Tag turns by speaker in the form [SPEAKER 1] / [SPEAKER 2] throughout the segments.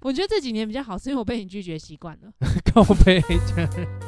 [SPEAKER 1] 我觉得这几年比较好，是因为我被你拒绝习惯了。
[SPEAKER 2] 靠背这样。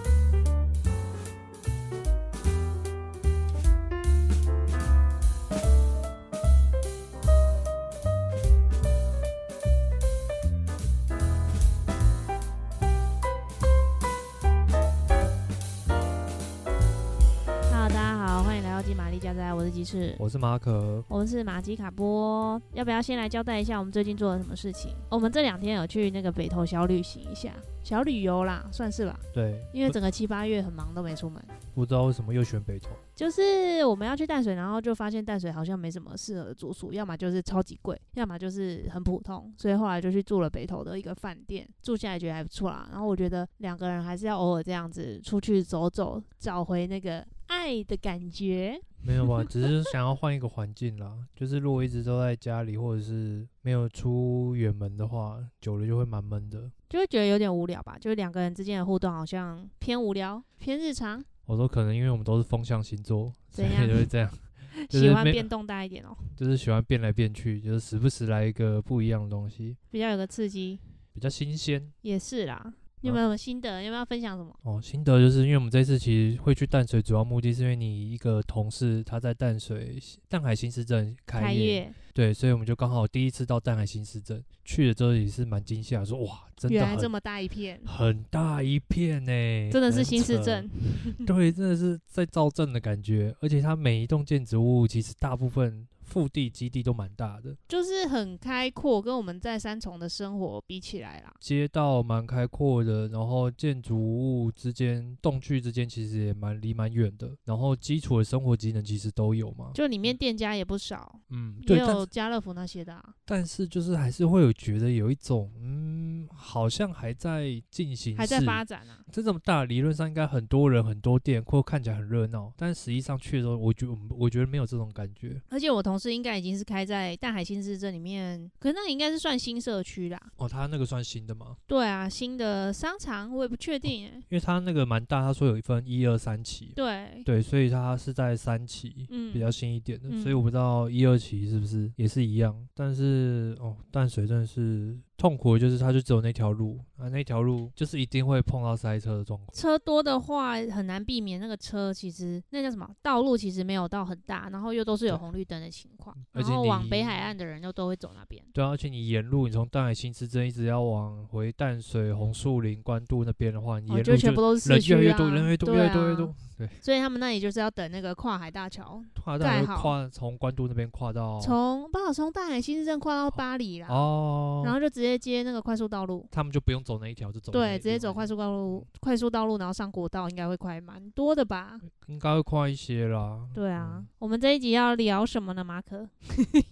[SPEAKER 1] Hello，大家好，欢迎来到金玛丽家宅，我是鸡翅，
[SPEAKER 2] 我是马可，
[SPEAKER 1] 我们是马吉卡波。要不要先来交代一下我们最近做了什么事情？我们这两天有去那个北投小旅行一下，小旅游啦，算是吧，
[SPEAKER 2] 对，
[SPEAKER 1] 因为整个七八月很忙，都没出门。
[SPEAKER 2] 不知道为什么又选北投，
[SPEAKER 1] 就是我们要去淡水，然后就发现淡水好像没什么适合的住宿，要么就是超级贵，要么就是很普通，所以后来就去住了北投的一个饭店，住下来觉得还不错啦。然后我觉得两个人还是要偶尔这样子出去走走，找回那个爱的感觉。
[SPEAKER 2] 没有 吧？只是想要换一个环境啦。就是如果一直都在家里，或者是没有出远门的话，久了就会蛮闷的。
[SPEAKER 1] 就会觉得有点无聊吧，就是两个人之间的互动好像偏无聊、偏日常，
[SPEAKER 2] 我说可能因为我们都是风象星座，所
[SPEAKER 1] 怎样
[SPEAKER 2] 以就会这样，就是
[SPEAKER 1] 喜欢
[SPEAKER 2] 没
[SPEAKER 1] 变动大一点哦、
[SPEAKER 2] 就是喜欢变来变去，就是时不时来一个不一样的东西，
[SPEAKER 1] 比较有个刺激。
[SPEAKER 2] 比较新鲜。
[SPEAKER 1] 也是啦，你有没有什么心得？有没有要分享什么？
[SPEAKER 2] 哦，心得就是因为我们这次其实会去淡水，主要目的是因为你一个同事他在淡水淡海新市镇开
[SPEAKER 1] 开业，
[SPEAKER 2] 对，所以我们就刚好第一次到淡海新市镇，去了之后也是蛮惊吓，说哇，真的
[SPEAKER 1] 原来这
[SPEAKER 2] 很
[SPEAKER 1] 么大一片，
[SPEAKER 2] 很大一片呢、
[SPEAKER 1] 真的是
[SPEAKER 2] 很
[SPEAKER 1] 新市
[SPEAKER 2] 扯
[SPEAKER 1] 镇。。
[SPEAKER 2] 对，真的是在造镇的感觉，而且它每一栋建筑物其实大部分腹地基地都蛮大的，
[SPEAKER 1] 就是很开阔，跟我们在三重的生活比起来啦，
[SPEAKER 2] 街道蛮开阔的，然后建筑物之间、栋距之间其实也蛮离蛮远的，然后基础的生活机能其实都有嘛。
[SPEAKER 1] 就里面店家也不少，
[SPEAKER 2] 嗯，对，
[SPEAKER 1] 也
[SPEAKER 2] 但
[SPEAKER 1] 有
[SPEAKER 2] 是
[SPEAKER 1] 家乐福那些的、啊。
[SPEAKER 2] 但是就是还是会有觉得有一种，嗯，好像还在进行式，
[SPEAKER 1] 还在发展啊，
[SPEAKER 2] 这这么大，理论上应该很多人、很多店，或看起来很热闹，但实际上去的时候，我觉我觉得没有这种感觉。
[SPEAKER 1] 而且我同事应该已经是开在大海新市镇里面，可是那应该是算新社区啦。
[SPEAKER 2] 哦，他那个算新的吗？
[SPEAKER 1] 对啊，新的商场我也不确定、欸。
[SPEAKER 2] 因为他那个蛮大，他说有一分一二三期，
[SPEAKER 1] 对，
[SPEAKER 2] 对，所以他是在三期，
[SPEAKER 1] 嗯
[SPEAKER 2] 比较新一点的，
[SPEAKER 1] 嗯
[SPEAKER 2] 所以我不知道一二期是不是也是一样。但是哦，淡水真的是痛苦，的就是它就只有那条路啊，那条路就是一定会碰到塞车的状况。
[SPEAKER 1] 车多的话很难避免，那个车其实那叫什么道路其实没有到很大，然后又都是有
[SPEAKER 2] 对
[SPEAKER 1] 红绿灯的情况，
[SPEAKER 2] 嗯而
[SPEAKER 1] 然
[SPEAKER 2] 且
[SPEAKER 1] 后往北
[SPEAKER 2] 你
[SPEAKER 1] 海岸的人又都会走那边。
[SPEAKER 2] 对啊，而且你沿路，你从淡海新市镇一直要往回淡水、红树林、关渡那边的话，你沿
[SPEAKER 1] 哦，
[SPEAKER 2] 路
[SPEAKER 1] 就全部都是
[SPEAKER 2] 人
[SPEAKER 1] 市区
[SPEAKER 2] 越来越
[SPEAKER 1] 啊，
[SPEAKER 2] 多，人越来越多，
[SPEAKER 1] 对
[SPEAKER 2] 越来越多，越来
[SPEAKER 1] 啊
[SPEAKER 2] 越多。哦对，
[SPEAKER 1] 所以他们那里就是要等那个跨海大桥，
[SPEAKER 2] 跨
[SPEAKER 1] 啊盖
[SPEAKER 2] 到又
[SPEAKER 1] 好
[SPEAKER 2] 跨从关渡那边跨到
[SPEAKER 1] 从不好从大海新市镇跨到巴黎啦，
[SPEAKER 2] 哦，
[SPEAKER 1] 然后就直接接那个快速道路，
[SPEAKER 2] 他们就不用走那一条，就走
[SPEAKER 1] 对，直接走快
[SPEAKER 2] 速，
[SPEAKER 1] 速道路，快速道路，然后上国道应该会快蛮多的吧？
[SPEAKER 2] 应该会快一些啦。
[SPEAKER 1] 对啊
[SPEAKER 2] 嗯，
[SPEAKER 1] 我们这一集要聊什么呢，马可？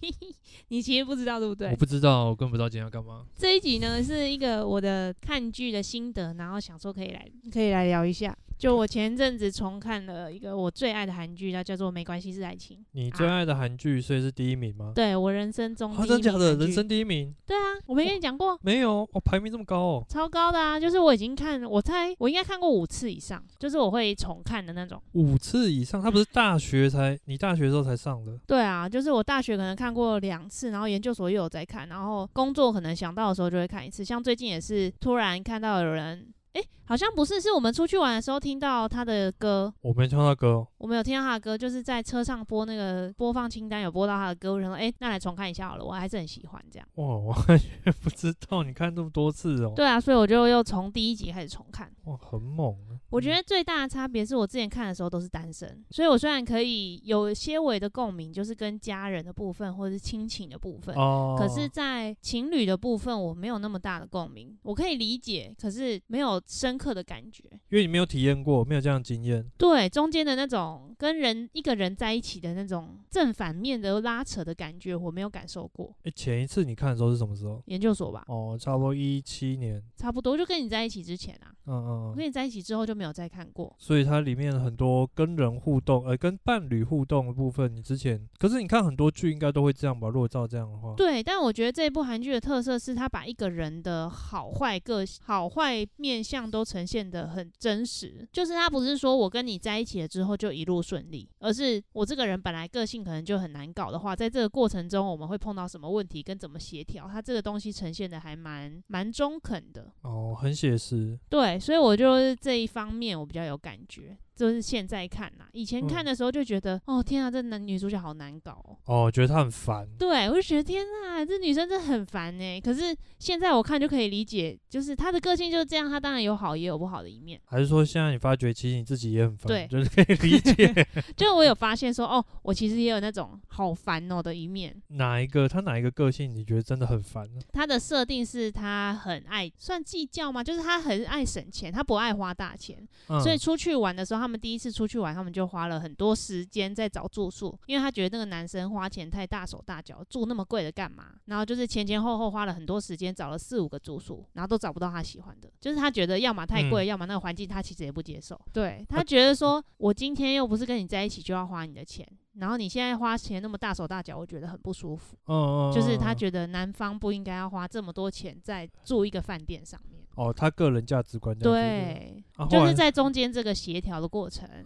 [SPEAKER 1] 你其实不知道对不
[SPEAKER 2] 我
[SPEAKER 1] 对？
[SPEAKER 2] 不知道，我根本不知道今天要干嘛。
[SPEAKER 1] 这一集呢是一个我的看剧的心得，然后想说可以来 可以来聊一下。就我前阵子重看了一个我最爱的韩剧，它叫做《没关系是爱情》。
[SPEAKER 2] 你最
[SPEAKER 1] 啊
[SPEAKER 2] 爱的韩剧，所以是第一名吗？
[SPEAKER 1] 对我人生中
[SPEAKER 2] 啊，
[SPEAKER 1] 第一
[SPEAKER 2] 真的假
[SPEAKER 1] 名
[SPEAKER 2] 的？
[SPEAKER 1] 韩
[SPEAKER 2] 人
[SPEAKER 1] 剧
[SPEAKER 2] 生第一名？
[SPEAKER 1] 对啊，我没跟你讲过，
[SPEAKER 2] 没有，哦，排名这么高哦。
[SPEAKER 1] 超高的啊！就是我已经看，我猜我应该看过五次以上，就是我会重看的那种。
[SPEAKER 2] 五次以上，他不是大学才，你大学的时候才上的，
[SPEAKER 1] 对啊，就是我大学可能看过两次，然后研究所又有在看，然后工作可能想到的时候就会看一次。像最近也是突然看到有人，诶，好像不是，是我们出去玩的时候听到他的歌。
[SPEAKER 2] 我没唱到歌哦，
[SPEAKER 1] 我们有听到他的歌，就是在车上播那个播放清单有播到他的歌，我想说，诶，那来重看一下好了，我还是很喜欢这样。
[SPEAKER 2] 哇，我完全不知道，你看这么多次哦，
[SPEAKER 1] 对啊，所以我就又从第一集开始重看。
[SPEAKER 2] 哇，很猛啊。
[SPEAKER 1] 我觉
[SPEAKER 2] 嗯
[SPEAKER 1] 得最大的差别是我之前看的时候都是单身，所以我虽然可以有些微的共鸣，就是跟家人的部分或者是亲情的部分，
[SPEAKER 2] 哦，
[SPEAKER 1] 可是，在情侣的部分我没有那么大的共鸣，我可以理解，可是没有深刻的感觉。
[SPEAKER 2] 因为你没有体验过，没有这样的经验，
[SPEAKER 1] 对中间的那种跟人一个人在一起的那种正反面的拉扯的感觉，我没有感受过。
[SPEAKER 2] 哎、前一次你看的时候是什么时候？
[SPEAKER 1] 研究所吧，
[SPEAKER 2] 哦，差不多一七年，
[SPEAKER 1] 差不多就跟你在一起之前啊，
[SPEAKER 2] 嗯嗯
[SPEAKER 1] 我
[SPEAKER 2] 嗯。
[SPEAKER 1] 跟你在一起之后就没有再看过。
[SPEAKER 2] 所以它里面很多跟人互动，呃，跟伴侣互动的部分，你之前可是你看很多剧应该都会这样吧？如果照这样的话，
[SPEAKER 1] 对，但我觉得这一部韩剧的特色是，他把一个人的好坏个性好坏面相都呈现的很真实，就是他不是说我跟你在一起了之后就一路顺利，而是我这个人本来个性可能就很难搞的话，在这个过程中我们会碰到什么问题跟怎么协调，他这个东西呈现的还蛮蛮中肯的。
[SPEAKER 2] 哦，很写实，
[SPEAKER 1] 对，所以我就是这一方面我比较有感觉，就是现在看啦、以前看的时候就觉得，哦天啊，这男女主角好难搞、哦。
[SPEAKER 2] 哦，我觉得他很烦，
[SPEAKER 1] 对，我就觉得天呐，这女生真的很烦呢、可是现在我看就可以理解，就是她的个性就是这样，她当然有好也有不好的一面。
[SPEAKER 2] 还是说现在你发觉其实你自己也很烦，
[SPEAKER 1] 对
[SPEAKER 2] 就是可以理解
[SPEAKER 1] 就是我有发现说，哦，我其实也有那种好烦哦的一面。
[SPEAKER 2] 哪一个他哪一个个性你觉得真的很烦呢？
[SPEAKER 1] 她的设定是她很爱算计较吗？就是她很爱省钱，她不爱花大钱，
[SPEAKER 2] 嗯
[SPEAKER 1] 所以出去玩的时候，他们第一次出去玩，他们就花了很多时间在找住宿，因为她觉得那个男生花钱太大手大脚，住那么贵的干嘛？然后就是前前后后花了很多时间找了四五个住宿，然后都找不到她喜欢的，就是她觉得要么太
[SPEAKER 2] 嗯
[SPEAKER 1] 贵，要么那个环境她其实也不接受。对
[SPEAKER 2] 呃
[SPEAKER 1] 她觉得说，我今天又不是跟你在一起就要花你的钱，然后你现在花钱那么大手大脚，我觉得很不舒服。
[SPEAKER 2] 嗯嗯，
[SPEAKER 1] 就是
[SPEAKER 2] 嗯
[SPEAKER 1] 她
[SPEAKER 2] 嗯
[SPEAKER 1] 觉得男方不应该要花这么多钱在住一个饭店上面。
[SPEAKER 2] 哦，他个人价值观这样子，
[SPEAKER 1] 对，
[SPEAKER 2] 啊
[SPEAKER 1] 就
[SPEAKER 2] 后
[SPEAKER 1] 是
[SPEAKER 2] 来
[SPEAKER 1] 在中间这个协调的过程。
[SPEAKER 2] 嗯，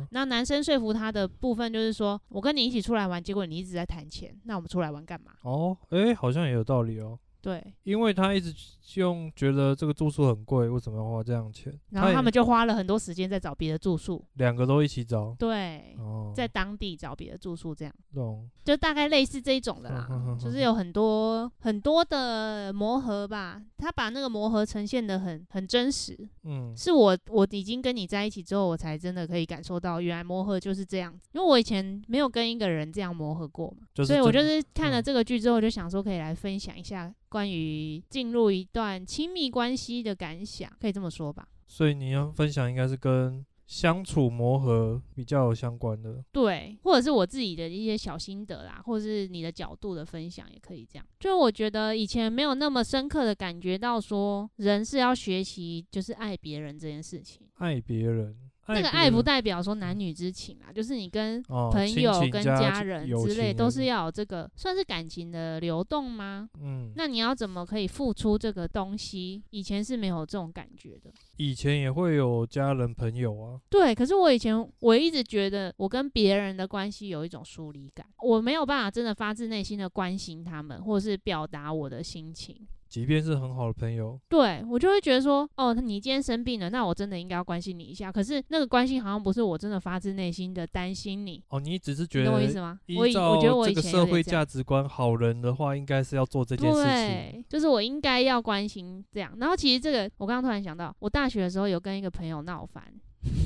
[SPEAKER 2] 嗯
[SPEAKER 1] 那男生说服他的部分就是说，我跟你一起出来玩，结果你一直在谈钱，那我们出来玩干嘛？
[SPEAKER 2] 哦，诶，好像也有道理哦，
[SPEAKER 1] 对，
[SPEAKER 2] 因为他一直用觉得这个住宿很贵，为什么要花这样钱？
[SPEAKER 1] 然后
[SPEAKER 2] 也
[SPEAKER 1] 他们就花了很多时间在找别的住宿，
[SPEAKER 2] 两个都一起找，
[SPEAKER 1] 对，
[SPEAKER 2] 哦，
[SPEAKER 1] 在当地找别的住宿，这样
[SPEAKER 2] 懂，
[SPEAKER 1] 就大概类似这一种的啦
[SPEAKER 2] 嗯哼哼，哼
[SPEAKER 1] 就是有很多很多的磨合吧，他把那个磨合呈现的很很真实，
[SPEAKER 2] 嗯，
[SPEAKER 1] 是我我已经跟你在一起之后，我才真的可以感受到原来磨合就是这样子，因为我以前没有跟一个人这样磨合过嘛，
[SPEAKER 2] 就是
[SPEAKER 1] 所以我就
[SPEAKER 2] 真
[SPEAKER 1] 是看了
[SPEAKER 2] 嗯
[SPEAKER 1] 这个剧之后，就想说可以来分享一下关于进入一段亲密关系的感想，可以这么说吧？
[SPEAKER 2] 所以你要分享应该是跟相处磨合比较有相关的。
[SPEAKER 1] 对，或者是我自己的一些小心得啦，或者是你的角度的分享也可以这样。就我觉得以前没有那么深刻的感觉到说人是要学习就是爱别人这件事情。
[SPEAKER 2] 爱别人，
[SPEAKER 1] 那个
[SPEAKER 2] 别
[SPEAKER 1] 爱不
[SPEAKER 2] 人嗯
[SPEAKER 1] 代表说男女之情啊，就是你跟
[SPEAKER 2] 哦
[SPEAKER 1] 朋
[SPEAKER 2] 亲
[SPEAKER 1] 友
[SPEAKER 2] 情
[SPEAKER 1] 跟
[SPEAKER 2] 家
[SPEAKER 1] 家
[SPEAKER 2] 亲
[SPEAKER 1] 人
[SPEAKER 2] 友
[SPEAKER 1] 之类
[SPEAKER 2] 情啊
[SPEAKER 1] 都
[SPEAKER 2] 的
[SPEAKER 1] 是要有这个算是感情的流动吗？
[SPEAKER 2] 嗯，
[SPEAKER 1] 那你要怎么可以付出这个东西？以前是没有这种感觉的。
[SPEAKER 2] 以前也会有家人朋友啊，
[SPEAKER 1] 对，可是我以前我一直觉得我跟别人的关系有一种疏离感，我没有办法真的发自内心的关心他们，或是表达我的心情。
[SPEAKER 2] 即便是很好的朋友，
[SPEAKER 1] 对我就会觉得说，哦，你今天生病了，那我真的应该要关心你一下。可是那个关心好像不是我真的发自内心的担心你，
[SPEAKER 2] 哦，你只是觉
[SPEAKER 1] 你懂我意
[SPEAKER 2] 得
[SPEAKER 1] 思吗？
[SPEAKER 2] 依
[SPEAKER 1] 我以
[SPEAKER 2] 照
[SPEAKER 1] 我觉得我
[SPEAKER 2] 这
[SPEAKER 1] 以
[SPEAKER 2] 个
[SPEAKER 1] 前有
[SPEAKER 2] 社会
[SPEAKER 1] 点这样。
[SPEAKER 2] 价值观，好人的话应该是要做这件事情。
[SPEAKER 1] 对，就是我应该要关心这样。然后其实这个，我刚刚突然想到，我大学的时候有跟一个朋友闹翻，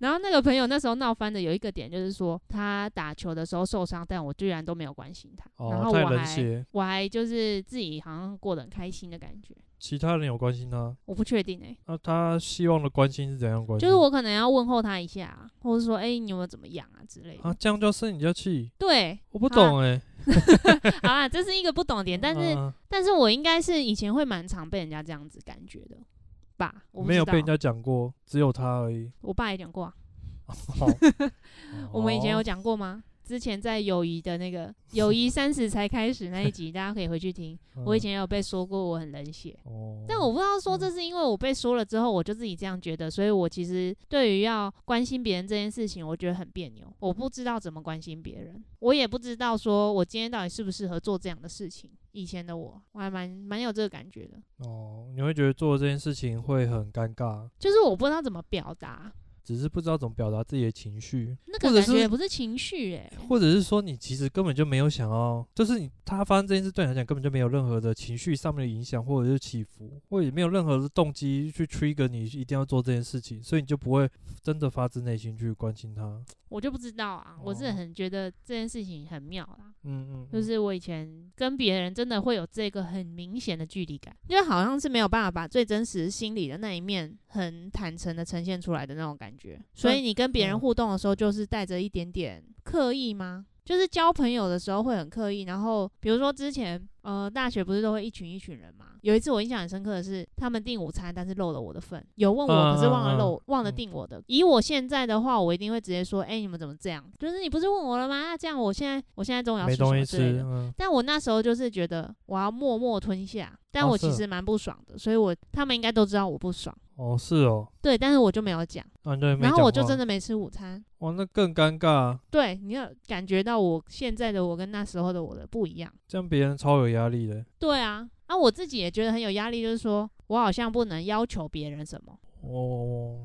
[SPEAKER 1] 然后那个朋友那时候闹翻的有一个点就是说，他打球的时候受伤，但我居然都没有关心他，然
[SPEAKER 2] 哦
[SPEAKER 1] 后，
[SPEAKER 2] 太
[SPEAKER 1] 我
[SPEAKER 2] 冷
[SPEAKER 1] 还
[SPEAKER 2] 血，
[SPEAKER 1] 我还就是自己好像过得很开心的感觉。
[SPEAKER 2] 其他人有关心他，
[SPEAKER 1] 我不确定哎、
[SPEAKER 2] 那他希望的关心是怎样的关心？
[SPEAKER 1] 就是我可能要问候他一下啊，或者说，哎、你有没有怎么样啊之类的。
[SPEAKER 2] 啊，这样就要生你家气，
[SPEAKER 1] 对，
[SPEAKER 2] 我不
[SPEAKER 1] 啊
[SPEAKER 2] 懂哎。
[SPEAKER 1] 好啦，这是一个不懂的点，但是、
[SPEAKER 2] 啊
[SPEAKER 1] 但是我应该是以前会蛮常被人家这样子感觉的吧？我不
[SPEAKER 2] 没有
[SPEAKER 1] 知
[SPEAKER 2] 被人
[SPEAKER 1] 道
[SPEAKER 2] 家讲过，只有他而 已。
[SPEAKER 1] 我爸也讲过、啊，
[SPEAKER 2] 哦
[SPEAKER 1] 我们以前有
[SPEAKER 2] 哦
[SPEAKER 1] 讲过吗？之前在友谊的那个友谊三十才开始那一集，大家可以回 去听。我以
[SPEAKER 2] 嗯
[SPEAKER 1] 前有被说过我很冷血，
[SPEAKER 2] 哦，
[SPEAKER 1] 但我不知道说
[SPEAKER 2] 嗯
[SPEAKER 1] 这是因为我被说了之后，我就自己这样觉得，所以我其实对于要关心别人这件事情，我觉得很别扭。我不知道怎么关心别人，我也不知道说我今天到底适不适合做这样的事情。以前的我，我还蛮蛮有这个感觉的，
[SPEAKER 2] 哦，你会觉得做这件事情会很尴尬，
[SPEAKER 1] 就是我不知道怎么表达，
[SPEAKER 2] 只是不知道怎么表达自己的情绪，
[SPEAKER 1] 那
[SPEAKER 2] 或
[SPEAKER 1] 个
[SPEAKER 2] 者
[SPEAKER 1] 感觉
[SPEAKER 2] 是
[SPEAKER 1] 也不是情绪、欸，
[SPEAKER 2] 或者是说你其实根本就没有想要，就是你他发生这件事对你来讲根本就没有任何的情绪上面的影响，或者是起伏，或者也没有任何的动机去 trigger 你一定要做这件事情，所以你就不会真的发自内心去关心他。
[SPEAKER 1] 我就不知道啊，我是
[SPEAKER 2] 哦
[SPEAKER 1] 很觉得这件事情很妙啦。
[SPEAKER 2] 嗯嗯，
[SPEAKER 1] 就
[SPEAKER 2] 嗯
[SPEAKER 1] 是我以前跟别人真的会有这个很明显的距离感，因为好像是没有办法把最真实心里的那一面很坦诚的呈现出来的那种感觉。所以你跟别人
[SPEAKER 2] 嗯
[SPEAKER 1] 互动的时候，就是带着一点点刻意吗？就是交朋友的时候会很刻意，然后比如说之前呃大学不是都会一群一群人嘛，有一次我印象很深刻的是他们订午餐，但是漏了我的份，有问我，
[SPEAKER 2] 嗯
[SPEAKER 1] 可是忘
[SPEAKER 2] 嗯
[SPEAKER 1] 了
[SPEAKER 2] 嗯
[SPEAKER 1] 漏忘了
[SPEAKER 2] 嗯
[SPEAKER 1] 订我的。以我现在的话，我一定会直接说，哎、你们怎么这样？就是你不是问我了吗？那啊这样我现在我现在中午要吃
[SPEAKER 2] 没
[SPEAKER 1] 什
[SPEAKER 2] 东西
[SPEAKER 1] 么之类
[SPEAKER 2] 吃，
[SPEAKER 1] 的。
[SPEAKER 2] 嗯，
[SPEAKER 1] 但我那时候就是觉得我要默默吞下，但
[SPEAKER 2] 哦
[SPEAKER 1] 我
[SPEAKER 2] 是
[SPEAKER 1] 其实蛮不爽的，所以我他们应该都知道我不爽，
[SPEAKER 2] 哦是哦，
[SPEAKER 1] 对，但是我就没有讲，
[SPEAKER 2] 啊对，没
[SPEAKER 1] 然后我
[SPEAKER 2] 讲
[SPEAKER 1] 就
[SPEAKER 2] 话
[SPEAKER 1] 真的没吃午餐，
[SPEAKER 2] 哇，那更尴尬，啊
[SPEAKER 1] 对，你要感觉到我现在的我跟那时候的我的不一样。
[SPEAKER 2] 这样别人超有压力的。
[SPEAKER 1] 对啊，啊，我自己也觉得很有压力，就是说我好像不能要求别人什么。
[SPEAKER 2] 哦，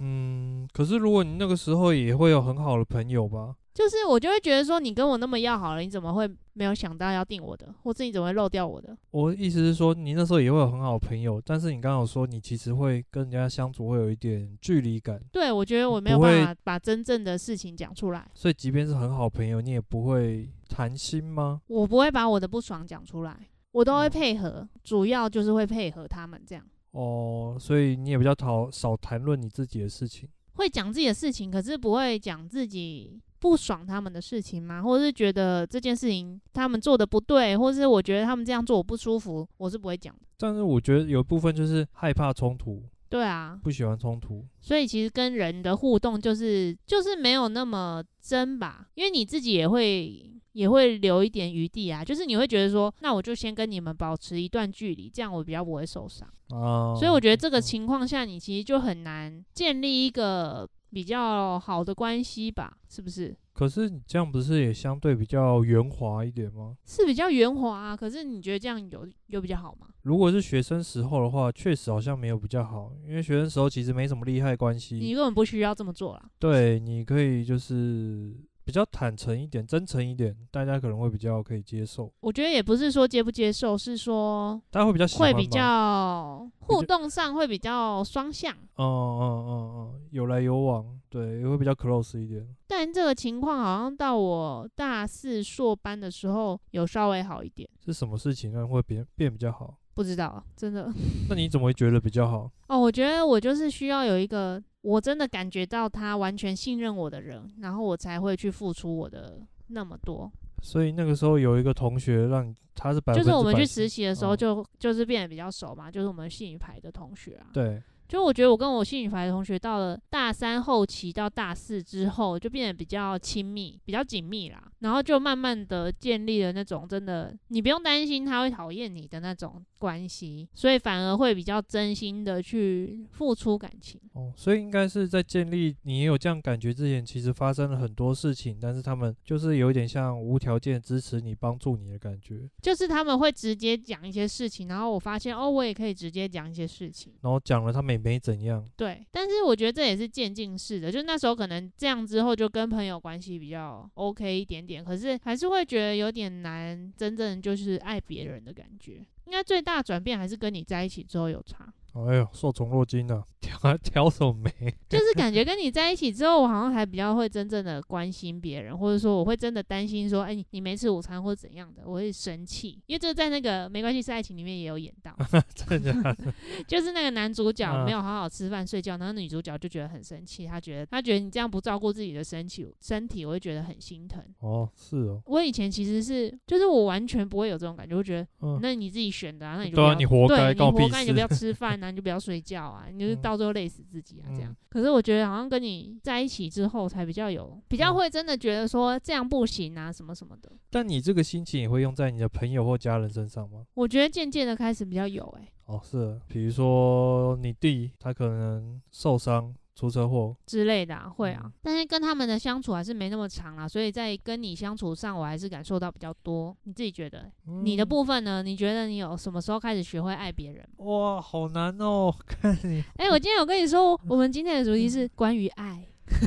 [SPEAKER 2] 嗯，可是如果你那个时候也会有很好的朋友吧？
[SPEAKER 1] 就是我就会觉得说，你跟我那么要好了，你怎么会没有想到要定我的，或者你怎么会漏掉我的？
[SPEAKER 2] 我意思是说，你那时候也会有很好的朋友，但是你刚刚有说你其实会跟人家相处会有一点距离感，
[SPEAKER 1] 对，我觉得我
[SPEAKER 2] 不
[SPEAKER 1] 没有
[SPEAKER 2] 会
[SPEAKER 1] 办法把真正的事情讲出来，
[SPEAKER 2] 所以即便是很好朋友，你也不会谈心吗？
[SPEAKER 1] 我不会把我的不爽讲出来，我都会
[SPEAKER 2] 嗯
[SPEAKER 1] 配合，主要就是会配合他们这样。
[SPEAKER 2] 哦，所以你也比较讨少谈论你自己的事情。
[SPEAKER 1] 会讲自己的事情，可是不会讲自己不爽他们的事情吗？或者是觉得这件事情他们做的不对，或者是我觉得他们这样做我不舒服，我是不会讲的。
[SPEAKER 2] 但是我觉得有一部分就是害怕冲突，
[SPEAKER 1] 对啊，
[SPEAKER 2] 不喜欢冲突。
[SPEAKER 1] 所以其实跟人的互动就是就是没有那么真吧，因为你自己也会也会留一点余地啊，就是你会觉得说，那我就先跟你们保持一段距离，这样我比较不会受伤。
[SPEAKER 2] 啊，
[SPEAKER 1] 所以我觉得这个
[SPEAKER 2] 嗯
[SPEAKER 1] 情况下，你其实就很难建立一个比较好的关系吧，是不是？
[SPEAKER 2] 可是你这样不是也相对比较圆滑一点吗？
[SPEAKER 1] 是比较圆滑啊。可是你觉得这样有有比较好吗？
[SPEAKER 2] 如果是学生时候的话，确实好像没有比较好，因为学生时候其实没什么利害关
[SPEAKER 1] 你
[SPEAKER 2] 系。
[SPEAKER 1] 根本不需要这么做啦。
[SPEAKER 2] 对，你可以就是比较坦诚一点、真诚一点，大家可能会比较可以接受，
[SPEAKER 1] 我觉得也不是说接不接受，是说
[SPEAKER 2] 大家会比较喜欢
[SPEAKER 1] 会
[SPEAKER 2] 吧。
[SPEAKER 1] 比较
[SPEAKER 2] 比
[SPEAKER 1] 互
[SPEAKER 2] 较
[SPEAKER 1] 动上会比较双向。
[SPEAKER 2] 嗯嗯嗯嗯，有来有往，对，也会比较 close 一点。
[SPEAKER 1] 但这个情况好像到我大四硕班的时候有稍微好一点，
[SPEAKER 2] 是什么事情让会变变比较好？
[SPEAKER 1] 不知道啊真的
[SPEAKER 2] 那你怎么会觉得比较好？
[SPEAKER 1] 哦。我觉得我就是需要有一个我真的感觉到他完全信任我的人，然后我才会去付出我的那么多。
[SPEAKER 2] 所以那个时候有一个同学让你他是百分
[SPEAKER 1] 就
[SPEAKER 2] 之
[SPEAKER 1] 是
[SPEAKER 2] 百
[SPEAKER 1] 我们去
[SPEAKER 2] 信
[SPEAKER 1] 实习的时候
[SPEAKER 2] 哦
[SPEAKER 1] 就，就是变得比较熟嘛，就是我们信语牌的同学啊。，
[SPEAKER 2] 对
[SPEAKER 1] 就我觉得我跟我信语牌的同学到了大三后期到大四之后，就变得比较亲密、比较紧密啦。然后就慢慢的建立了那种真的你不用担心他会讨厌你的那种关系，所以反而会比较真心的去付出感情。
[SPEAKER 2] 哦，所以应该是在建立你也有这样感觉之前，其实发生了很多事情，但是他们就是有一点像无条件支持你、帮助你的感觉，
[SPEAKER 1] 就是他们会直接讲一些事情，然后我发现哦，我也可以直接讲一些事情。
[SPEAKER 2] 然后讲了他们也没怎样。
[SPEAKER 1] 对，但是我觉得这也是渐进式的，就那时候可能这样之后就跟朋友关系比较 OK 一点点，可是还是会觉得有点难，真正就是爱别人的感觉。应该最大转变还是跟你在一起之后有差，
[SPEAKER 2] 哎呦，受宠若惊啊， 挑挑什么眉？
[SPEAKER 1] 就是感觉跟你在一起之后，我好像还比较会真正的关心别人，或者说我会真的担心说，哎、你你没吃午餐或者怎样的，我会生气，因为这个在那个《没关系是爱情》里面也有演到，
[SPEAKER 2] 真的假的？
[SPEAKER 1] 就是那个男主角
[SPEAKER 2] 嗯
[SPEAKER 1] 没有好好吃饭睡觉，然后女主角就觉得很生气，她觉得她觉得你这样不照顾自己的身体，身体我会觉得很心疼。
[SPEAKER 2] 哦，是哦，
[SPEAKER 1] 我以前其实是，就是我完全不会有这种感觉，我觉得、
[SPEAKER 2] 嗯
[SPEAKER 1] 那你自己选的啊，那你就不
[SPEAKER 2] 对啊
[SPEAKER 1] 要，
[SPEAKER 2] 你活该
[SPEAKER 1] 对你
[SPEAKER 2] 关我屁
[SPEAKER 1] 活该，你就 不
[SPEAKER 2] 事
[SPEAKER 1] 要吃饭啊，你就不要睡觉啊，你就是
[SPEAKER 2] 嗯
[SPEAKER 1] 到最后累死自己啊，这样。
[SPEAKER 2] 嗯
[SPEAKER 1] 可是我觉得好像跟你在一起之后，才比较有，比较
[SPEAKER 2] 嗯
[SPEAKER 1] 会真的觉得说这样不行啊，什么什么的。
[SPEAKER 2] 但你这个心情也会用在你的朋友或家人身上吗？
[SPEAKER 1] 我觉得渐渐的开始比较有、欸，
[SPEAKER 2] 哦，是哦，比如说你弟他可能受伤出车祸，
[SPEAKER 1] 之类的、啊，会啊。
[SPEAKER 2] 嗯
[SPEAKER 1] 但是跟他们的相处还是没那么长啦，所以在跟你相处上，我还是感受到比较多。你自己觉得欸、你的
[SPEAKER 2] 嗯
[SPEAKER 1] 部分呢？你觉得你有什么时候开始学会爱别人 吗？
[SPEAKER 2] 哇，好难哦， 看 你
[SPEAKER 1] 哎、我今天有跟你说，我们今天的主
[SPEAKER 2] 嗯
[SPEAKER 1] 题是关于爱，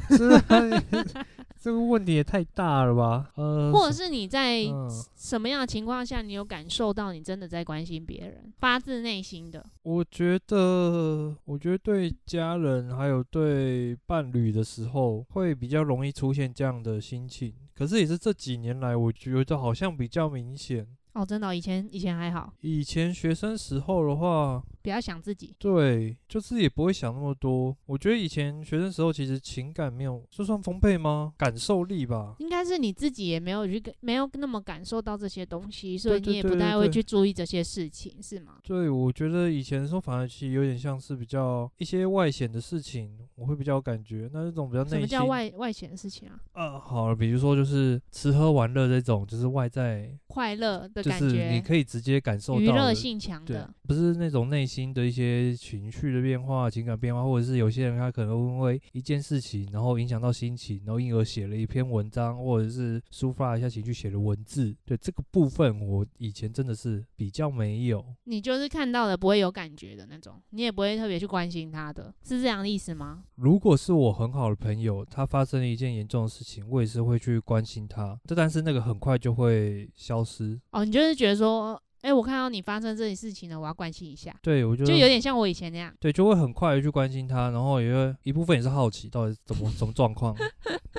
[SPEAKER 2] 是啊， 这个问题也太大了吧？呃，
[SPEAKER 1] 或者是你在
[SPEAKER 2] 嗯，
[SPEAKER 1] 什么样的情况下，你有感受到你真的在关心别人，发自内心的。
[SPEAKER 2] 我觉得，我觉得对家人还有对伴侣的时候，会比较容易出现这样的心情。可是也是这几年来，我觉得好像比较明显。
[SPEAKER 1] 哦，真的哦、以前以前还好，
[SPEAKER 2] 以前学生时候的话，
[SPEAKER 1] 不要想自己。
[SPEAKER 2] 对，就是也不会想那么多。我觉得以前学生时候其实情感没有，这算丰沛吗？感受力吧。
[SPEAKER 1] 应该是你自己也没有去跟没有那么感受到这些东西，所以
[SPEAKER 2] 对
[SPEAKER 1] 你也
[SPEAKER 2] 对
[SPEAKER 1] 不
[SPEAKER 2] 对
[SPEAKER 1] 太
[SPEAKER 2] 对
[SPEAKER 1] 会
[SPEAKER 2] 对
[SPEAKER 1] 去注意这些事情，是吗？
[SPEAKER 2] 对，我觉得以前的时候反而其实有点像是比较一些外显的事情，我会比较有感觉。那这种比较内
[SPEAKER 1] 什
[SPEAKER 2] 心，
[SPEAKER 1] 么叫外外显的事情啊？
[SPEAKER 2] 呃，好了，比如说就是吃喝玩乐这种，就是外在，
[SPEAKER 1] 快乐的
[SPEAKER 2] 就
[SPEAKER 1] 感
[SPEAKER 2] 是你
[SPEAKER 1] 觉，
[SPEAKER 2] 可以直接感受到
[SPEAKER 1] 娱乐
[SPEAKER 2] 的
[SPEAKER 1] 性强
[SPEAKER 2] 对
[SPEAKER 1] 的，，
[SPEAKER 2] 不是那种内心的一些情绪的变化、情感变化，或者是有些人他可能因为一件事情，然后影响到心情，然后因而写了一篇文章，或者是抒发一下情绪写的文字。对这个部分，我以前真的是比较没有。
[SPEAKER 1] 你就是看到了不会有感觉的那种，你也不会特别去关心他的，是这样的意思吗？
[SPEAKER 2] 如果是我很好的朋友，他发生了一件严重的事情，我也是会去关心他，这但是那个很快就会消失。
[SPEAKER 1] 哦，你就是觉得说，哎、我看到你发生这些事情了，我要关心一下，
[SPEAKER 2] 对我觉
[SPEAKER 1] 就有
[SPEAKER 2] 得。
[SPEAKER 1] 点像我以前那样。
[SPEAKER 2] 对，就会很快的去关心他，然后也会一部分也是好奇到底是怎 么什么状况，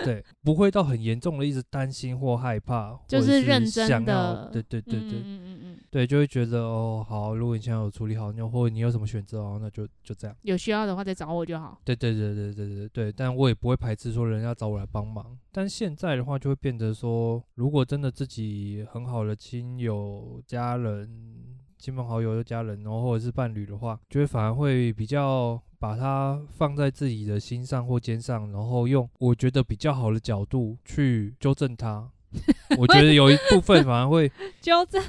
[SPEAKER 2] 对，不会到很严重的一直担心或害怕，或
[SPEAKER 1] 就
[SPEAKER 2] 者
[SPEAKER 1] 是
[SPEAKER 2] 是
[SPEAKER 1] 认真
[SPEAKER 2] 想要
[SPEAKER 1] 的
[SPEAKER 2] 对对对
[SPEAKER 1] 嗯
[SPEAKER 2] 对、
[SPEAKER 1] 嗯嗯嗯嗯，
[SPEAKER 2] 对，就会觉得哦，好，如果你现在有处理好，你或者你有什么选择哦，那就就这样，
[SPEAKER 1] 有需要的话再找我就好。
[SPEAKER 2] 对对对对对对对，但我也不会排斥说人家找我来帮忙，但现在的话就会变得说，如果真的自己很好的亲友、家人。亲朋好友的家人，然后或者是伴侣的话，就会反而会比较把它放在自己的心上或肩上，然后用我觉得比较好的角度去纠正他。我觉得有一部分反而会
[SPEAKER 1] 纠正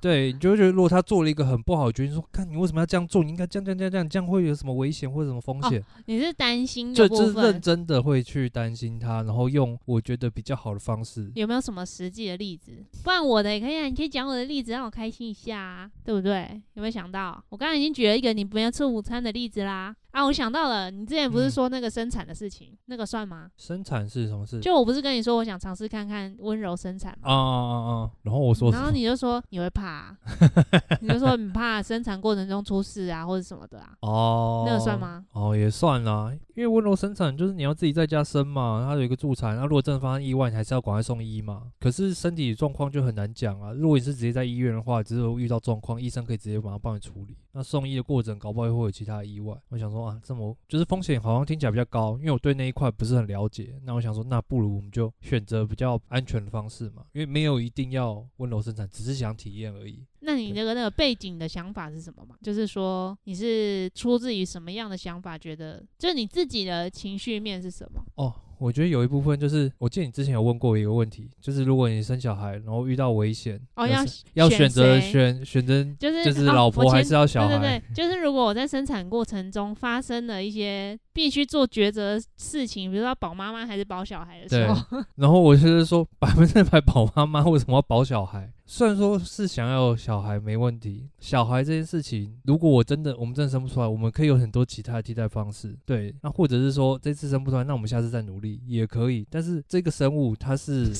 [SPEAKER 2] 对，你就会觉得如果他做了一个很不好的决定，说看你为什么要这样做，你应该这样这样这样这样，这样会有什么危险或者什么风
[SPEAKER 1] 哦
[SPEAKER 2] 险？
[SPEAKER 1] 你是担心
[SPEAKER 2] 就
[SPEAKER 1] 的
[SPEAKER 2] 就
[SPEAKER 1] 部
[SPEAKER 2] 是认
[SPEAKER 1] 分，
[SPEAKER 2] 真的会去担心他，然后用我觉得比较好的方式。
[SPEAKER 1] 有没有什么实际的例子？不然我的也可以啊，你可以讲我的例子，让我开心一下、啊，对不对？有没有想到？我刚刚已经举了一个你不要吃午餐的例子啦。啊，我想到了，你之前不是
[SPEAKER 2] 嗯
[SPEAKER 1] 说那个生产的事情，那个算吗？
[SPEAKER 2] 生产是什么事？
[SPEAKER 1] 就我不是跟你说我想尝试看看温柔生产吗？
[SPEAKER 2] 啊啊啊啊！然后我说什
[SPEAKER 1] 然后
[SPEAKER 2] 么？
[SPEAKER 1] 你就说你会怕 啊、你就说你怕生产过程中出事啊，或者什么的啊，
[SPEAKER 2] 哦，
[SPEAKER 1] 那个算？吗？
[SPEAKER 2] 哦，也算啦，因为温柔生产就是你要自己在家生嘛，它有一个助产，那如果真的发生意外，你还是要赶快送医嘛。可是身体状况就很难讲啊，如果你是直接在医院的话，只有遇到状况，医生可以直接马上帮你处理。那送医的过程，搞不好又会有其他的意外。我想说啊，这么就是风险好像听起来比较高，因为我对那一块不是很了解。那我想说，那不如我们就选择比较安全的方式嘛，因为没有一定要温柔生产，只是想体验而已。
[SPEAKER 1] 那你那个那个背景的想法是什么嘛？就是说你是出自于什么样的想法？觉得就是你自己的情绪面是什么？
[SPEAKER 2] 哦，我觉得有一部分就是，我记得你之前有问过一个问题，就是如果你生小孩，然后遇到危险，
[SPEAKER 1] 哦，
[SPEAKER 2] 要
[SPEAKER 1] 要
[SPEAKER 2] 是要选择
[SPEAKER 1] 谁
[SPEAKER 2] 选选择
[SPEAKER 1] 就是
[SPEAKER 2] 就是
[SPEAKER 1] 哦
[SPEAKER 2] 老
[SPEAKER 1] 我
[SPEAKER 2] 婆还
[SPEAKER 1] 前
[SPEAKER 2] 是要小
[SPEAKER 1] 对
[SPEAKER 2] 孩，
[SPEAKER 1] 对对，就是如果我在生产过程中发生了一些必须做抉择的事情，比如说要保妈妈还是保小孩的时候，
[SPEAKER 2] 然后我就是说百分之百保妈妈，为什么要保小孩？虽然说是想要有小孩没问题，小孩这件事情，如果我真的我们真的生不出来，我们可以有很多其他的替代方式，对，那或者是说这次生不出来，那我们下次再努力也可以。但是这个生物它是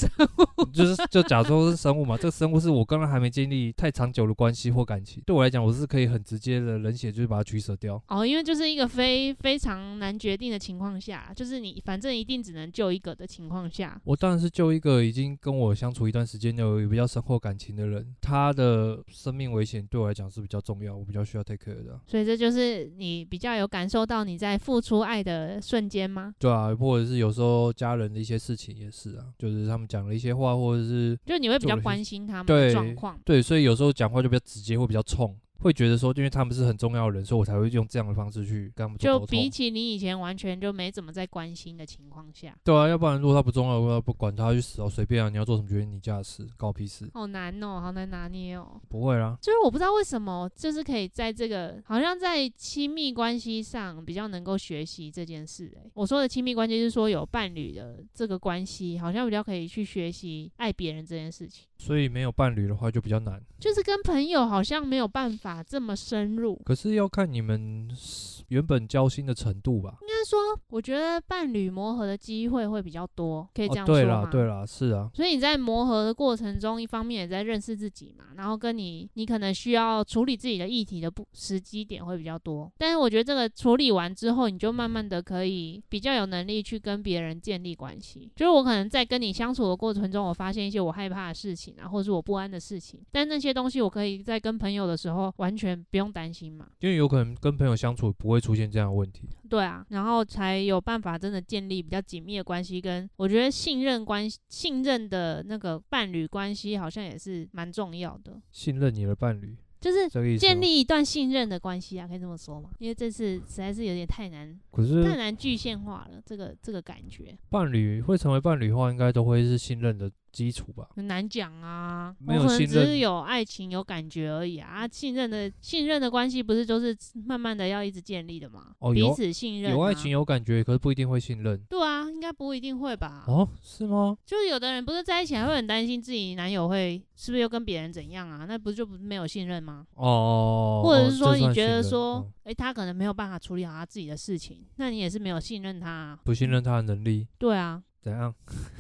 [SPEAKER 2] 就是就假如说是生物嘛，这个生物是我刚刚还没建立太长久的关系或感情，对我来讲，我是可以很直接的冷血就是把它取舍掉。
[SPEAKER 1] 哦，因为就是一个非非常难决定的情况下，就是你反正一定只能救一个的情况下，
[SPEAKER 2] 我当然是就一个已经跟我相处一段时间有比较深厚感情的人，他的生命危险对我来讲是比较重要，我比较需要 take care 的啊。
[SPEAKER 1] 所以这就是你比较有感受到你在付出爱的瞬间吗？
[SPEAKER 2] 对啊，或者是有时候家人的一些事情也是啊，就是他们讲了一些话，或者是
[SPEAKER 1] 就你会比
[SPEAKER 2] 做
[SPEAKER 1] 较
[SPEAKER 2] 了些
[SPEAKER 1] 关心他们
[SPEAKER 2] 对
[SPEAKER 1] 的状况。
[SPEAKER 2] 对，所以有时候讲话就比较直接，会比较冲，会觉得说，因为他们是很重要的人，所以我才会用这样的方式去跟他们做
[SPEAKER 1] 就
[SPEAKER 2] 沟
[SPEAKER 1] 比
[SPEAKER 2] 通。
[SPEAKER 1] 起你以前完全就没怎么在关心的情况下，
[SPEAKER 2] 对啊，要不然如果他不重要，我要不管他去死哦，随便啊，你要做什么决定你家的事，搞屁事，
[SPEAKER 1] 好难哦，好难拿捏哦。
[SPEAKER 2] 不会啊啦。
[SPEAKER 1] 就是我不知道为什么，就是可以在这个好像在亲密关系上比较能够学习这件事、欸。我说的亲密关系是说有伴侣的这个关系，好像比较可以去学习爱别人这件事情。
[SPEAKER 2] 所以没有伴侣的话就比较难。
[SPEAKER 1] 就是跟朋友好像没有办法这么深入。
[SPEAKER 2] 可是要看你们是原本交心的程度吧。
[SPEAKER 1] 应该说，我觉得伴侣磨合的机会会比较多，可以这样
[SPEAKER 2] 哦、
[SPEAKER 1] 说
[SPEAKER 2] 对
[SPEAKER 1] 吗？
[SPEAKER 2] 啦，对啦，是啊，
[SPEAKER 1] 所以你在磨合的过程中，一方面也在认识自己嘛，然后跟你你可能需要处理自己的议题的不时机点会比较多。但是我觉得这个处理完之后，你就慢慢的可以比较有能力去跟别人建立关系。就是我可能在跟你相处的过程中，我发现一些我害怕的事情，情啊，或者是我不安的事情。但那些东西我可以在跟朋友的时候完全不用担心嘛。
[SPEAKER 2] 因为有可能跟朋友相处不会出现这样的问题。
[SPEAKER 1] 对啊，然后才有办法真的建立比较紧密的关系，跟我觉得信任关系、信任的那个伴侣关系好像也是蛮重要的，
[SPEAKER 2] 信任你的伴侣，
[SPEAKER 1] 就是
[SPEAKER 2] 这个意思吗。
[SPEAKER 1] 嗯
[SPEAKER 2] 哦
[SPEAKER 1] 建立一段信任的关系啊，可以这么说嘛？因为这次实在是有点太难、
[SPEAKER 2] 可
[SPEAKER 1] 太
[SPEAKER 2] 是
[SPEAKER 1] 难具现化了，这个这个感觉
[SPEAKER 2] 伴侣会成为伴侣的话，应该都会是信任的基础吧？
[SPEAKER 1] 很难讲啊。
[SPEAKER 2] 没有
[SPEAKER 1] 我可能
[SPEAKER 2] 信
[SPEAKER 1] 只
[SPEAKER 2] 任
[SPEAKER 1] 是有爱情、有感觉而已啊。啊信任的信任的关系不是就是慢慢的要一直建立的吗？
[SPEAKER 2] 哦
[SPEAKER 1] 彼
[SPEAKER 2] 有
[SPEAKER 1] 此信任、啊，
[SPEAKER 2] 有爱情。有感觉，可是不一定会信任。
[SPEAKER 1] 对啊，应该不一定会吧？
[SPEAKER 2] 哦，是吗？
[SPEAKER 1] 就是有的人不是在一起还会很担心自己男友会是不是又跟别人怎样啊？那不就不没有信任吗？
[SPEAKER 2] 哦哦，哦
[SPEAKER 1] 或者是
[SPEAKER 2] 哦
[SPEAKER 1] 说
[SPEAKER 2] 这
[SPEAKER 1] 你
[SPEAKER 2] 算
[SPEAKER 1] 觉
[SPEAKER 2] 信
[SPEAKER 1] 得
[SPEAKER 2] 任
[SPEAKER 1] 说
[SPEAKER 2] 嗯，
[SPEAKER 1] 诶、他可能没有办法处理好他自己的事情，那你也是没有信任他、啊。
[SPEAKER 2] 不信任他的能力
[SPEAKER 1] 对啊，
[SPEAKER 2] 怎样？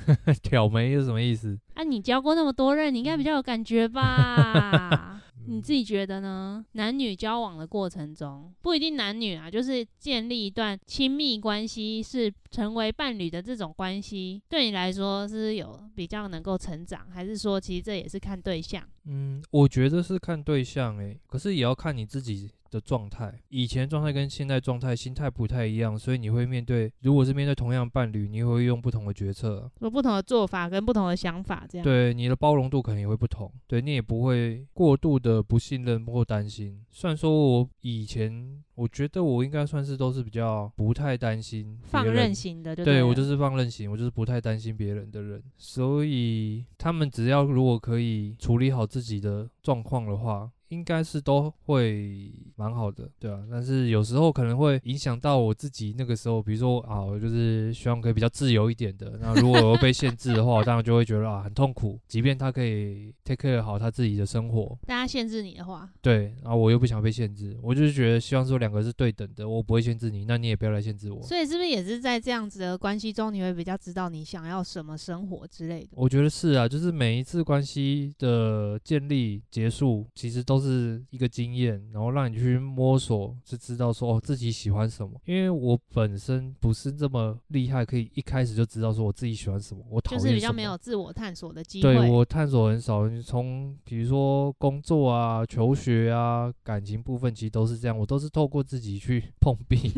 [SPEAKER 2] 挑眉是什么意思？
[SPEAKER 1] 啊，你交过那么多任，你应该
[SPEAKER 2] 嗯
[SPEAKER 1] 比较有感觉 吧？你自
[SPEAKER 2] 己
[SPEAKER 1] 己觉得呢？男女交往的过程中，不一定男女啊，就是建立一段亲密关系，是成为伴侣的这种关系，对你来说是有比较能够成长，还是说其实这也是看对象？
[SPEAKER 2] 嗯，我觉得是看对象诶、可是也要看你自己的状态。以前状态跟现在状态、心态不太一样，所以你会面对，如果是面对同样伴侣，你也会用不同的决策啊、
[SPEAKER 1] 有不同的做法跟不同的想法，这样。
[SPEAKER 2] 对你的包容度可能也会不同，对你也不会过度的不信任或担心。虽然说我以前，我觉得我应该算是都是比较不太担心别
[SPEAKER 1] 放
[SPEAKER 2] 人
[SPEAKER 1] 任型的就
[SPEAKER 2] 对
[SPEAKER 1] 了
[SPEAKER 2] 我就是放任型，我就是不太担心别人的人，所以他们只要如果可以处理好自己的状况的话，应该是都会蛮好的，对啊。但是有时候可能会影响到我自己那个时候，比如说啊，我就是希望可以比较自由一点的。那如果我被限制的话，我 当然就会觉得啊很痛苦。即便他可以 take care 好他自己的生活，
[SPEAKER 1] 大家限制你的话，
[SPEAKER 2] 对，然后我又不想被限制，我就是觉得希望说两个是对等的，我不会限制你，那你也不要来限制我。
[SPEAKER 1] 所以是不是也是在这样子的关系中，你会比较知道你想要什么生活之类的？
[SPEAKER 2] 我觉得是啊，就是每一次关系的建立、结束，其实都是一个经验，然后让你去摸索，就知道说哦自己喜欢什么。因为我本身不是这么厉害，可以一开始就知道说我自己喜欢什么，我讨
[SPEAKER 1] 就
[SPEAKER 2] 厌
[SPEAKER 1] 是比
[SPEAKER 2] 什
[SPEAKER 1] 较没
[SPEAKER 2] 么
[SPEAKER 1] 有自我探索的机会。
[SPEAKER 2] 对我探索很少，从比如说工作啊、求学啊、感情部分，其实都是这样，我都是透过自己去碰 壁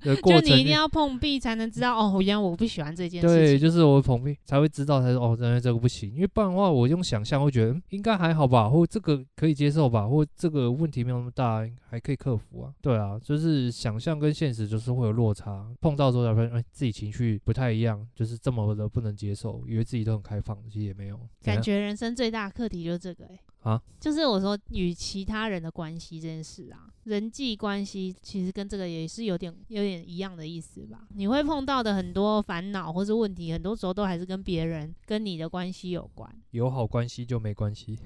[SPEAKER 2] 的过
[SPEAKER 1] 就
[SPEAKER 2] 程
[SPEAKER 1] 你一
[SPEAKER 2] 去
[SPEAKER 1] 定要碰壁才能知道哦，原来我不喜欢这件事
[SPEAKER 2] 对，
[SPEAKER 1] 情。
[SPEAKER 2] 就是我旁边才会知道，才说哦，原来这个不行，因为不然的话，我用想象会觉得嗯应该还好吧，或这个可以接受吧，或这个问题没有那么大，还可以克服啊。对啊，就是想象跟现实就是会有落差，碰到之后才发现，哎，自己情绪不太一样，就是这么的不能接受，以为自己都很开放，其实也没有。怎
[SPEAKER 1] 感
[SPEAKER 2] 样
[SPEAKER 1] 觉人生最大的课题就是这个、欸，
[SPEAKER 2] 啊，
[SPEAKER 1] 就是我说与其他人的关系这件事啊，人际关系其实跟这个也是有点有点一样的意思吧。你会碰到的很多烦恼或是问题，很多时候都还是跟别人跟你的关系有关，
[SPEAKER 2] 有好关系就没关系。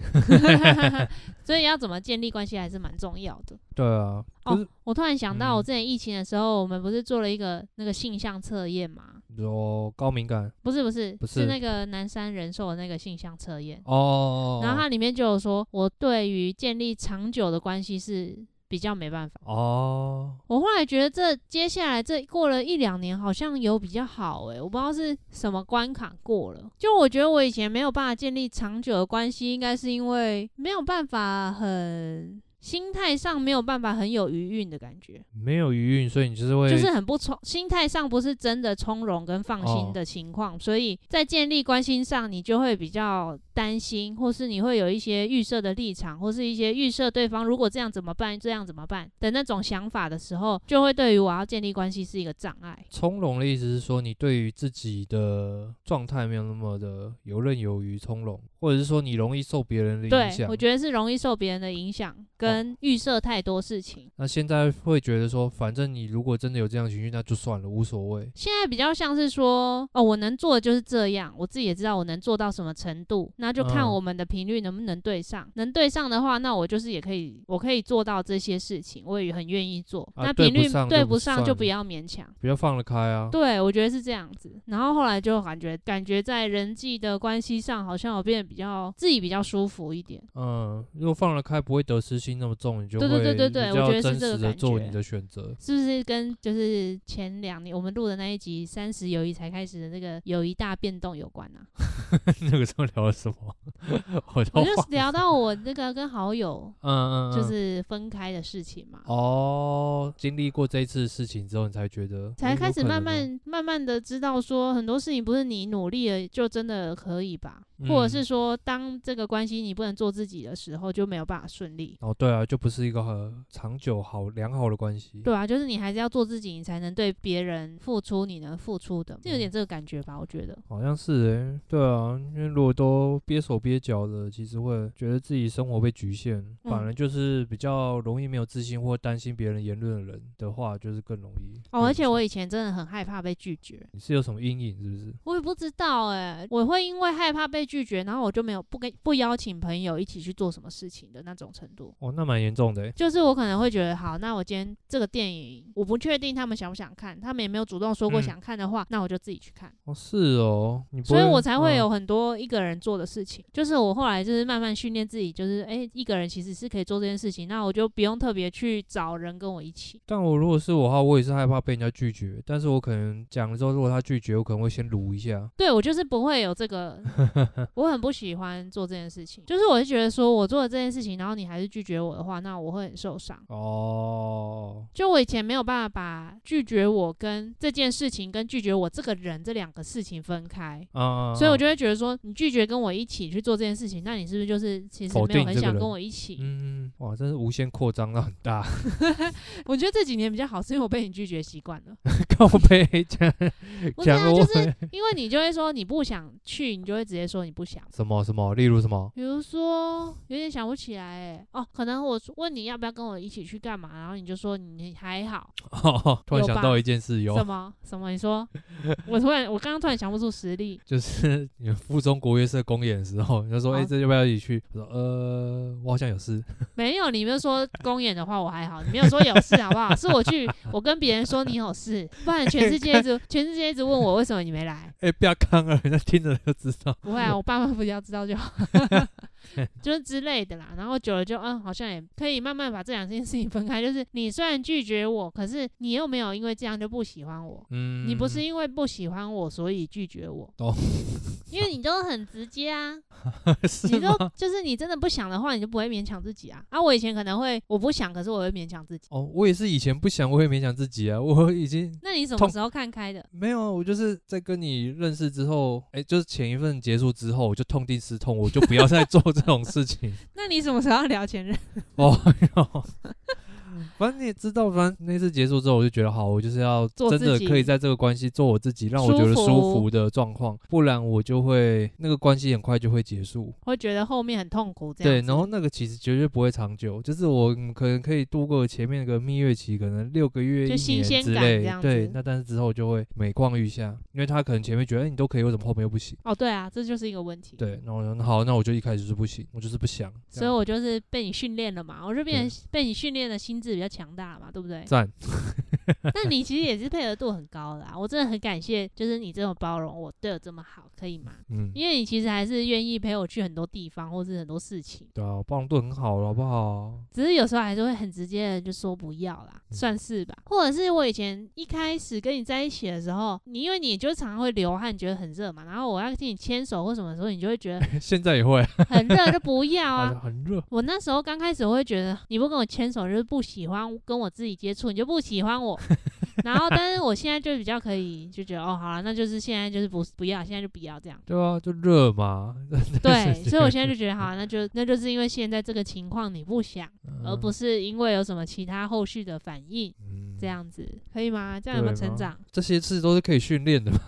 [SPEAKER 1] 所以要怎么建立关系还是蛮重要的。
[SPEAKER 2] 对啊，可
[SPEAKER 1] 哦
[SPEAKER 2] 是，
[SPEAKER 1] 我突然想到，
[SPEAKER 2] 嗯
[SPEAKER 1] 我之前疫情的时候，我们不是做了一个那个性向测验吗？
[SPEAKER 2] 有高敏感
[SPEAKER 1] 不是不是，
[SPEAKER 2] 不
[SPEAKER 1] 是
[SPEAKER 2] 是
[SPEAKER 1] 那个南山人寿的那个性向测验。
[SPEAKER 2] 哦，
[SPEAKER 1] 然后它里面就有说，我对于建立长久的关系是比较没办法。
[SPEAKER 2] 哦，
[SPEAKER 1] 我后来觉得这接下来这过了一两年，好像有比较好诶、我不知道是什么关卡过了。就我觉得我以前没有办法建立长久的关系，应该是因为没有办法很心态上没有办法很有余韵的感觉。
[SPEAKER 2] 没有余韵，所以你就是会
[SPEAKER 1] 就是很不从心态上不是真的从容跟放心
[SPEAKER 2] 哦
[SPEAKER 1] 的情况，所以在建立关心上，你就会比较担心，或是你会有一些预设的立场，或是一些预设对方如果这样怎么办，这样怎么办的那种想法的时候，就会对于我要建立关系是一个障碍。
[SPEAKER 2] 从容的意思是说，你对于自己的状态没有那么的游刃有余、从容，或者是说你容易受别人的
[SPEAKER 1] 对
[SPEAKER 2] 影响。，哦
[SPEAKER 1] 我觉得是容易受别人的影响，跟预设太多事情。
[SPEAKER 2] 那现在会觉得说，反正你如果真的有这样的情绪，那就算了，无所谓。
[SPEAKER 1] 现在比较像是说，哦，我能做的就是这样，我自己也知道我能做到什么程度，那就看
[SPEAKER 2] 嗯
[SPEAKER 1] 我们的频率能不能对上。能对上的话，那我就是也可以，我可以做到这些事情，我也很愿意做。
[SPEAKER 2] 啊
[SPEAKER 1] 那
[SPEAKER 2] 对
[SPEAKER 1] 频率
[SPEAKER 2] 不上就
[SPEAKER 1] 对
[SPEAKER 2] 不
[SPEAKER 1] 不上
[SPEAKER 2] 算
[SPEAKER 1] 就
[SPEAKER 2] 了
[SPEAKER 1] 不要勉强。
[SPEAKER 2] 比较放得开啊。
[SPEAKER 1] 对，我觉得是这样子。然后后来就感觉，感觉在人际的关系上，好像我变得比较自己比较舒服一点。
[SPEAKER 2] 嗯，如果放得开，不会得失心那么重，你就
[SPEAKER 1] 对
[SPEAKER 2] 会
[SPEAKER 1] 对对对对
[SPEAKER 2] 比
[SPEAKER 1] 我觉得
[SPEAKER 2] 较真
[SPEAKER 1] 是这个
[SPEAKER 2] 实的
[SPEAKER 1] 感
[SPEAKER 2] 做
[SPEAKER 1] 觉
[SPEAKER 2] 你的选择。
[SPEAKER 1] 是不是跟就是前两年我们录的那一集《三十友谊才开始》的那个友谊大变动有关啊？
[SPEAKER 2] 那个时候聊了什么？么？我就
[SPEAKER 1] 我
[SPEAKER 2] 忘
[SPEAKER 1] 就聊到我那个跟好友
[SPEAKER 2] 嗯嗯，嗯
[SPEAKER 1] 就是分开的事情嘛，
[SPEAKER 2] 哦，经历过这一次事情之后，你才觉得
[SPEAKER 1] 才
[SPEAKER 2] 诶
[SPEAKER 1] 开
[SPEAKER 2] 有
[SPEAKER 1] 始
[SPEAKER 2] 可
[SPEAKER 1] 慢
[SPEAKER 2] 能哦
[SPEAKER 1] 慢慢慢的知道说，很多事情不是你努力了就真的可以吧，或者
[SPEAKER 2] 嗯
[SPEAKER 1] 是说，当这个关系你不能做自己的时候，就没有办法顺利。
[SPEAKER 2] 哦，对啊，就不是一个很长久好良好的关系。
[SPEAKER 1] 对啊，就是你还是要做自己，你才能对别人付出你能付出
[SPEAKER 2] 嗯
[SPEAKER 1] 的，就有点这个感觉吧，我觉得。
[SPEAKER 2] 好像是诶、对啊，因为如果都憋手憋脚的，其实会觉得自己生活被局限，反
[SPEAKER 1] 嗯
[SPEAKER 2] 而就是比较容易没有自信或担心别人言论的人的话，嗯就是更容易被影响。
[SPEAKER 1] 哦，而且我以前真的很害怕被拒绝，
[SPEAKER 2] 你是有什么阴影是不是？
[SPEAKER 1] 我也不知道哎、我会因为害怕被拒绝，然后我就没有不跟不邀请朋友一起去做什么事情的那种程度。
[SPEAKER 2] 哦，那蛮严重的、欸。
[SPEAKER 1] 就是我可能会觉得，好，那我今天这个电影，我不确定他们想不想看，他们也没有主动说过
[SPEAKER 2] 嗯
[SPEAKER 1] 想看的话，那我就自己去看。
[SPEAKER 2] 哦，是哦，你不
[SPEAKER 1] 所以我
[SPEAKER 2] 会
[SPEAKER 1] 才会
[SPEAKER 2] 嗯
[SPEAKER 1] 有很多一个人做的事情。就是我后来就是慢慢训练自己，就是诶、一个人其实是可以做这件事情，那我就不用特别去找人跟我一起。
[SPEAKER 2] 但我如果是我的话，我也是害怕被人家拒绝，但是我可能讲了之后，如果他拒绝，我可能会先撸一下。
[SPEAKER 1] 对我就是不会有这 个，我很不喜欢做这件事情。就是我就觉得说我做了这件事情，然后你还是拒绝我的话，那我会很受伤。
[SPEAKER 2] 哦，
[SPEAKER 1] 就我以前没有办法把拒绝我跟这件事情跟拒绝我这个人这两个事情分开。
[SPEAKER 2] 啊、嗯，
[SPEAKER 1] 所以我
[SPEAKER 2] 就
[SPEAKER 1] 就会觉得说，你拒绝跟我一起去做这件事情，那你是不是就是其实
[SPEAKER 2] 否
[SPEAKER 1] 没有
[SPEAKER 2] 定
[SPEAKER 1] 很
[SPEAKER 2] 这个
[SPEAKER 1] 想
[SPEAKER 2] 人
[SPEAKER 1] 跟我一起？
[SPEAKER 2] 嗯，哇，真是无限扩张到很大，
[SPEAKER 1] 我觉得这几年比较好，是因为我被你拒绝习惯了。
[SPEAKER 2] 靠背讲
[SPEAKER 1] 不是
[SPEAKER 2] 讲
[SPEAKER 1] 啊，
[SPEAKER 2] 我
[SPEAKER 1] 就是因为你就会说你不想去，你就会直接说你不想。
[SPEAKER 2] 什么什么，例如什么，
[SPEAKER 1] 比如说有点想不起来、欸，哦，可能我说问你要不要跟我一起去干嘛，然后你就说你还 好，
[SPEAKER 2] 突然
[SPEAKER 1] 有吧
[SPEAKER 2] 想到一件事，有啊
[SPEAKER 1] 什么什么，你说我突然我刚刚突然想不出实例，
[SPEAKER 2] 就是你们附中国乐社公演的时候，你就说，哎、
[SPEAKER 1] 啊
[SPEAKER 2] 这要不要一起去？我说，呃，我好像有事。
[SPEAKER 1] 没有，你没有说公演的话我还好，你没有说有事好不好？是我去，我跟别人说你有事，不然全世界一直 全世界一直问我为什么你没来，
[SPEAKER 2] 哎、不要看了，人家听着就知道。
[SPEAKER 1] 不 会啊，我爸妈不要知道就好， 就是之类的啦。然后久了就嗯，好像也可以慢慢把这两件事情分开。就是你虽然拒绝我，可是你又没有因为这样就不喜欢我。
[SPEAKER 2] 嗯，哦
[SPEAKER 1] 你 不是因为不喜欢我所以拒绝我，
[SPEAKER 2] 懂
[SPEAKER 1] 因为你都很直接啊，
[SPEAKER 2] 是
[SPEAKER 1] 你
[SPEAKER 2] 吗？
[SPEAKER 1] 都就是你真的不想的话，你就不会勉强自己啊。啊，我以前可能会我不想，可是我会勉强自己。
[SPEAKER 2] 哦，我也是以前不想，我也勉强自己啊，我已经
[SPEAKER 1] 那你什么
[SPEAKER 2] 痛
[SPEAKER 1] 时候看开的？
[SPEAKER 2] 没有，啊我就是在跟你认识之后，哎、就是前一份结束之后，我就痛定思痛，我就不要再做这种事情。
[SPEAKER 1] 那你什么时候要聊前任？
[SPEAKER 2] 哦哟，反正你也知道，反正那次结束之后，我就觉得好，我就是要
[SPEAKER 1] 做
[SPEAKER 2] 真的
[SPEAKER 1] 自己
[SPEAKER 2] 可以在这个关系做我自己，让我觉得
[SPEAKER 1] 舒服
[SPEAKER 2] 舒服的状况，不然我就会那个关系很快就会结束。
[SPEAKER 1] 会觉得后面很痛苦这
[SPEAKER 2] 对，
[SPEAKER 1] 样子。
[SPEAKER 2] 然后那个其实绝对不会长久，就是我嗯可能可以度过前面那个蜜月期，可能六个月、
[SPEAKER 1] 就
[SPEAKER 2] 一
[SPEAKER 1] 新鲜
[SPEAKER 2] 年之
[SPEAKER 1] 感这
[SPEAKER 2] 类
[SPEAKER 1] 样。
[SPEAKER 2] 对
[SPEAKER 1] 子，
[SPEAKER 2] 那但是之后就会每况愈下，因为他可能前面觉得、哎你都可以，为什么后面又不行？
[SPEAKER 1] 哦，对啊，这就是一个问题。
[SPEAKER 2] 对，然后我就那好，那我就一开始就是不行，我就是不想。这
[SPEAKER 1] 所以
[SPEAKER 2] 样？
[SPEAKER 1] 我就是被你训练了嘛，我就变成被你训练的心智比较强大嘛，对不对
[SPEAKER 2] 赞，
[SPEAKER 1] 那你其实也是配合度很高的啊，我真的很感谢，就是你这种包容我对我这么好，可以吗？
[SPEAKER 2] 嗯，
[SPEAKER 1] 因为你其实还是愿意陪我去很多地方，或是很多事情，
[SPEAKER 2] 对啊，包容度很好了，好不好？
[SPEAKER 1] 只是有时候还是会很直接的就说不要啦，
[SPEAKER 2] 嗯
[SPEAKER 1] 算是吧。或者是我以前一开始跟你在一起的时候，你因为你就常常会流汗，觉得很热嘛，然后我要跟你牵手或什么的时候，你就会觉得
[SPEAKER 2] 现在也会，
[SPEAKER 1] 很热就不要
[SPEAKER 2] 好
[SPEAKER 1] 啊
[SPEAKER 2] 像。很热。。
[SPEAKER 1] 我那时候刚开始我会觉得，你不跟我牵手就是不喜欢跟我自己接触，你就不喜欢我。然后，但是我现在就比较可以，就觉得哦，好了，那就是现在就是不不要，现在就不要这样
[SPEAKER 2] 对啊，就热嘛。
[SPEAKER 1] 对，所以我现在就觉得，好，那就那就是因为现在这个情况你不想，而不
[SPEAKER 2] 是
[SPEAKER 1] 是因为有什么其他后续的反应，
[SPEAKER 2] 嗯
[SPEAKER 1] 这。样子可以吗？这样有没有
[SPEAKER 2] 对啊
[SPEAKER 1] 成
[SPEAKER 2] 吗
[SPEAKER 1] 长？
[SPEAKER 2] 这些事都是可以训练 的嘛，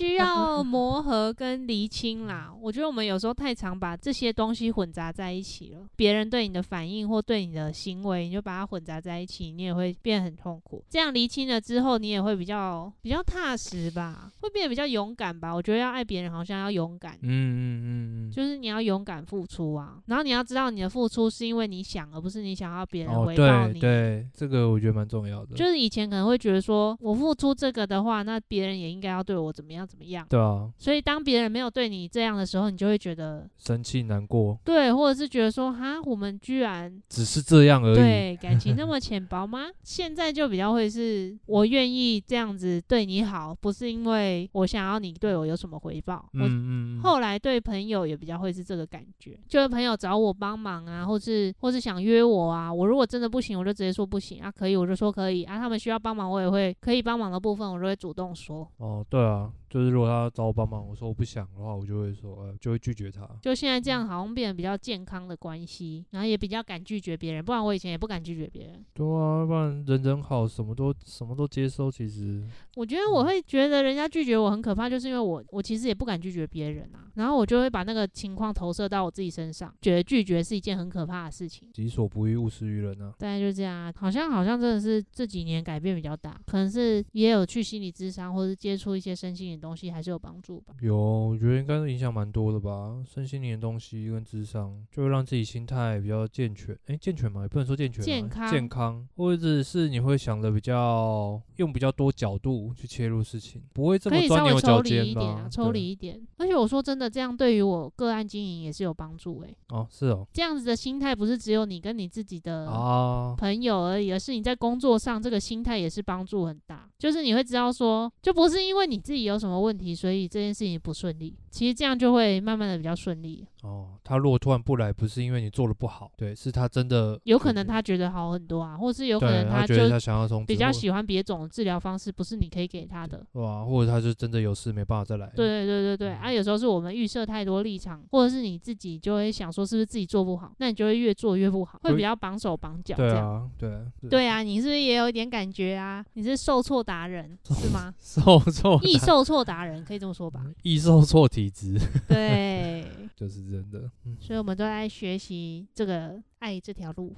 [SPEAKER 1] 需要磨合跟厘清啦。我觉得我们有时候太常把这些东西混杂在一起了，别人对你的反应或对你的行为，你就把它混杂在一起，你也会变得很痛苦。这样厘清了之后，你也会比较比较踏实吧，会变得比较勇敢吧。我觉得要爱别人，好像要勇敢。
[SPEAKER 2] 嗯嗯嗯嗯，
[SPEAKER 1] 就是你要勇敢付出啊，然后你要知道你的付出是因为你想，而不是你想要别人
[SPEAKER 2] 哦，
[SPEAKER 1] 回报
[SPEAKER 2] 对
[SPEAKER 1] 你。
[SPEAKER 2] 对，这个我觉得蛮重要的。
[SPEAKER 1] 嗯就是以前可能会觉得说，我付出这个的话，那别人也应该要对我我怎么样怎么样。
[SPEAKER 2] 对啊，
[SPEAKER 1] 所以当别人没有对你这样的时候，你就会觉得
[SPEAKER 2] 生气难过，
[SPEAKER 1] 对，或者是觉得说哈，我们居然
[SPEAKER 2] 只是这样而已。
[SPEAKER 1] 对感情那么浅薄吗？现在就比较会是我愿意这样子对你好，不是因为我想要你对我有什么回报。
[SPEAKER 2] 嗯
[SPEAKER 1] 我
[SPEAKER 2] 嗯嗯，
[SPEAKER 1] 后来对朋友也比较会是这个感觉，就是朋友找我帮忙啊，或是或是想约我啊，我如果真的不行，我就直接说不行啊，可以我就说可以啊，他们需要帮忙我也会可以帮忙的部分，我就会主动说。
[SPEAKER 2] 哦，对啊，就是如果他找我帮忙，我说我不想的话，我就会说，呃，就会拒绝他。
[SPEAKER 1] 就现在这样，好像变得比较健康的关系，然后也比较敢拒绝别人，不然我以前也不敢拒绝别人。
[SPEAKER 2] 对啊，要不然人人好，什么都什么都接收，其实
[SPEAKER 1] 我觉得我会觉得人家拒绝我很可怕，就是因为我我其实也不敢拒绝别人啊，然后我就会把那个情况投射到我自己身上，觉得拒绝是一件很可怕的事情。
[SPEAKER 2] 己所不欲，勿施于人啊。
[SPEAKER 1] 大概就这样啊，好像好像真的是这几年改变比较大，可能是也有去心理咨商，或是接触一些身心灵的东西，还是有帮助吧。
[SPEAKER 2] 有，我觉得应该是影响蛮多的吧。身心灵的东西跟智商，就会让自己心态比较健全。诶，健全嘛，也不能说健全啊，
[SPEAKER 1] 健康
[SPEAKER 2] 健康，或者是你会想的比较，用比较多角度去切入事情，不会这
[SPEAKER 1] 可
[SPEAKER 2] 么
[SPEAKER 1] 以
[SPEAKER 2] 钻
[SPEAKER 1] 稍微
[SPEAKER 2] 牛
[SPEAKER 1] 抽
[SPEAKER 2] 角
[SPEAKER 1] 离一
[SPEAKER 2] 尖
[SPEAKER 1] 点
[SPEAKER 2] 吧
[SPEAKER 1] 啊，。抽
[SPEAKER 2] 对
[SPEAKER 1] 离一点。而且我说真的，这样对于我个案经营也是有帮助诶、
[SPEAKER 2] 哦，是哦，
[SPEAKER 1] 这样子的心态不是只有你跟你自己的
[SPEAKER 2] 啊，
[SPEAKER 1] 朋友而已，而是你在工作上这个心态也是帮助很大。就是你会知道说，就不是因为你自己有什么问题，所以这件事情不顺利。其实这样就会慢慢的比较顺利。
[SPEAKER 2] 哦，他如果突然不来，不是因为你做的不好，对，是他真的
[SPEAKER 1] 有可能他觉得好很多啊，或是有
[SPEAKER 2] 有
[SPEAKER 1] 可能
[SPEAKER 2] 他
[SPEAKER 1] 就
[SPEAKER 2] 觉得他想要从
[SPEAKER 1] 比较
[SPEAKER 2] 喜
[SPEAKER 1] 喜欢别种治疗方式，不是你可以给他的。
[SPEAKER 2] 哇，或者他就真的有事没办法再来，
[SPEAKER 1] 对对对对
[SPEAKER 2] 嗯
[SPEAKER 1] 对，啊，有时候是我们预设太多立场，或者是你自己就会想说是不是自己做不好，那你就会越做越不好，会
[SPEAKER 2] 对
[SPEAKER 1] 比较绑手绑脚
[SPEAKER 2] 对
[SPEAKER 1] 这样。
[SPEAKER 2] 啊，对啊，是
[SPEAKER 1] 对啊，你是不是也有一点感觉啊？你是受挫达人是吗？
[SPEAKER 2] 受挫
[SPEAKER 1] 易受挫达人，可以这么说吧？
[SPEAKER 2] 易受挫体质
[SPEAKER 1] 对，
[SPEAKER 2] 就是真的，嗯，
[SPEAKER 1] 所以我们都在学习这个爱这条路。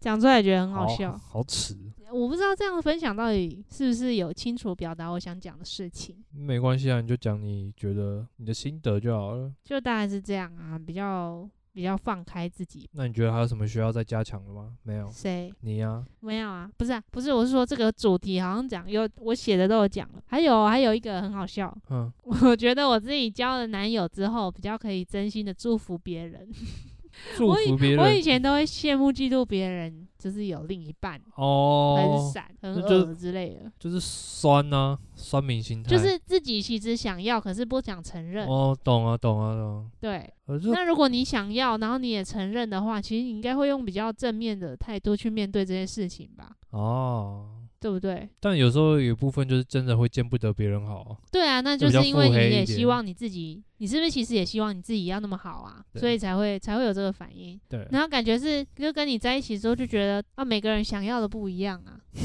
[SPEAKER 1] 讲出来觉得很好笑，
[SPEAKER 2] 嗯好耻，
[SPEAKER 1] 我不知道这样分享到底是不是有清楚表达我想讲的事情，
[SPEAKER 2] 没关系啊，你就讲你觉得你的心得就好了。
[SPEAKER 1] 就大概是这样啊，比较比较放开自己。
[SPEAKER 2] 那你觉得还有什么需要再加强的吗？没有，
[SPEAKER 1] 谁
[SPEAKER 2] 你呀、
[SPEAKER 1] 没有啊？不是啊，不是，我是说这个主题好像讲有我写的都有讲了，还有还有一个很好笑，
[SPEAKER 2] 嗯，
[SPEAKER 1] 我觉得我自己交了男友之后，比较可以真心的祝福别人。
[SPEAKER 2] 祝
[SPEAKER 1] 以
[SPEAKER 2] 福别
[SPEAKER 1] 我以
[SPEAKER 2] 人
[SPEAKER 1] 前都会羡慕嫉妒别人，就是有另一半、很
[SPEAKER 2] 哦，
[SPEAKER 1] 闪、
[SPEAKER 2] 那
[SPEAKER 1] 很
[SPEAKER 2] 就
[SPEAKER 1] 恶之类的，
[SPEAKER 2] 就是酸呐、酸民心态，
[SPEAKER 1] 就是自己其实想要，可是不想承认。
[SPEAKER 2] 哦，懂啊，懂啊，懂啊。
[SPEAKER 1] 对，
[SPEAKER 2] 呃，就
[SPEAKER 1] 那如果你想要，然后你也承认的话，其实你应该会用比较正面的态度去面对这些事情吧，
[SPEAKER 2] 哦，
[SPEAKER 1] 对不对？
[SPEAKER 2] 但有时候有部分就是真的会见不得别人好啊，
[SPEAKER 1] 对啊，那
[SPEAKER 2] 就
[SPEAKER 1] 就
[SPEAKER 2] 比较
[SPEAKER 1] 是因为
[SPEAKER 2] 腹
[SPEAKER 1] 你
[SPEAKER 2] 黑一
[SPEAKER 1] 也
[SPEAKER 2] 点
[SPEAKER 1] 希望你自己，你是不是其实也希望你自己要那么好啊？
[SPEAKER 2] 对
[SPEAKER 1] 所以才会才会有这个反应。
[SPEAKER 2] 对，
[SPEAKER 1] 然后感觉是，就跟你在一起之后就觉得啊，每个人想要的不一样啊。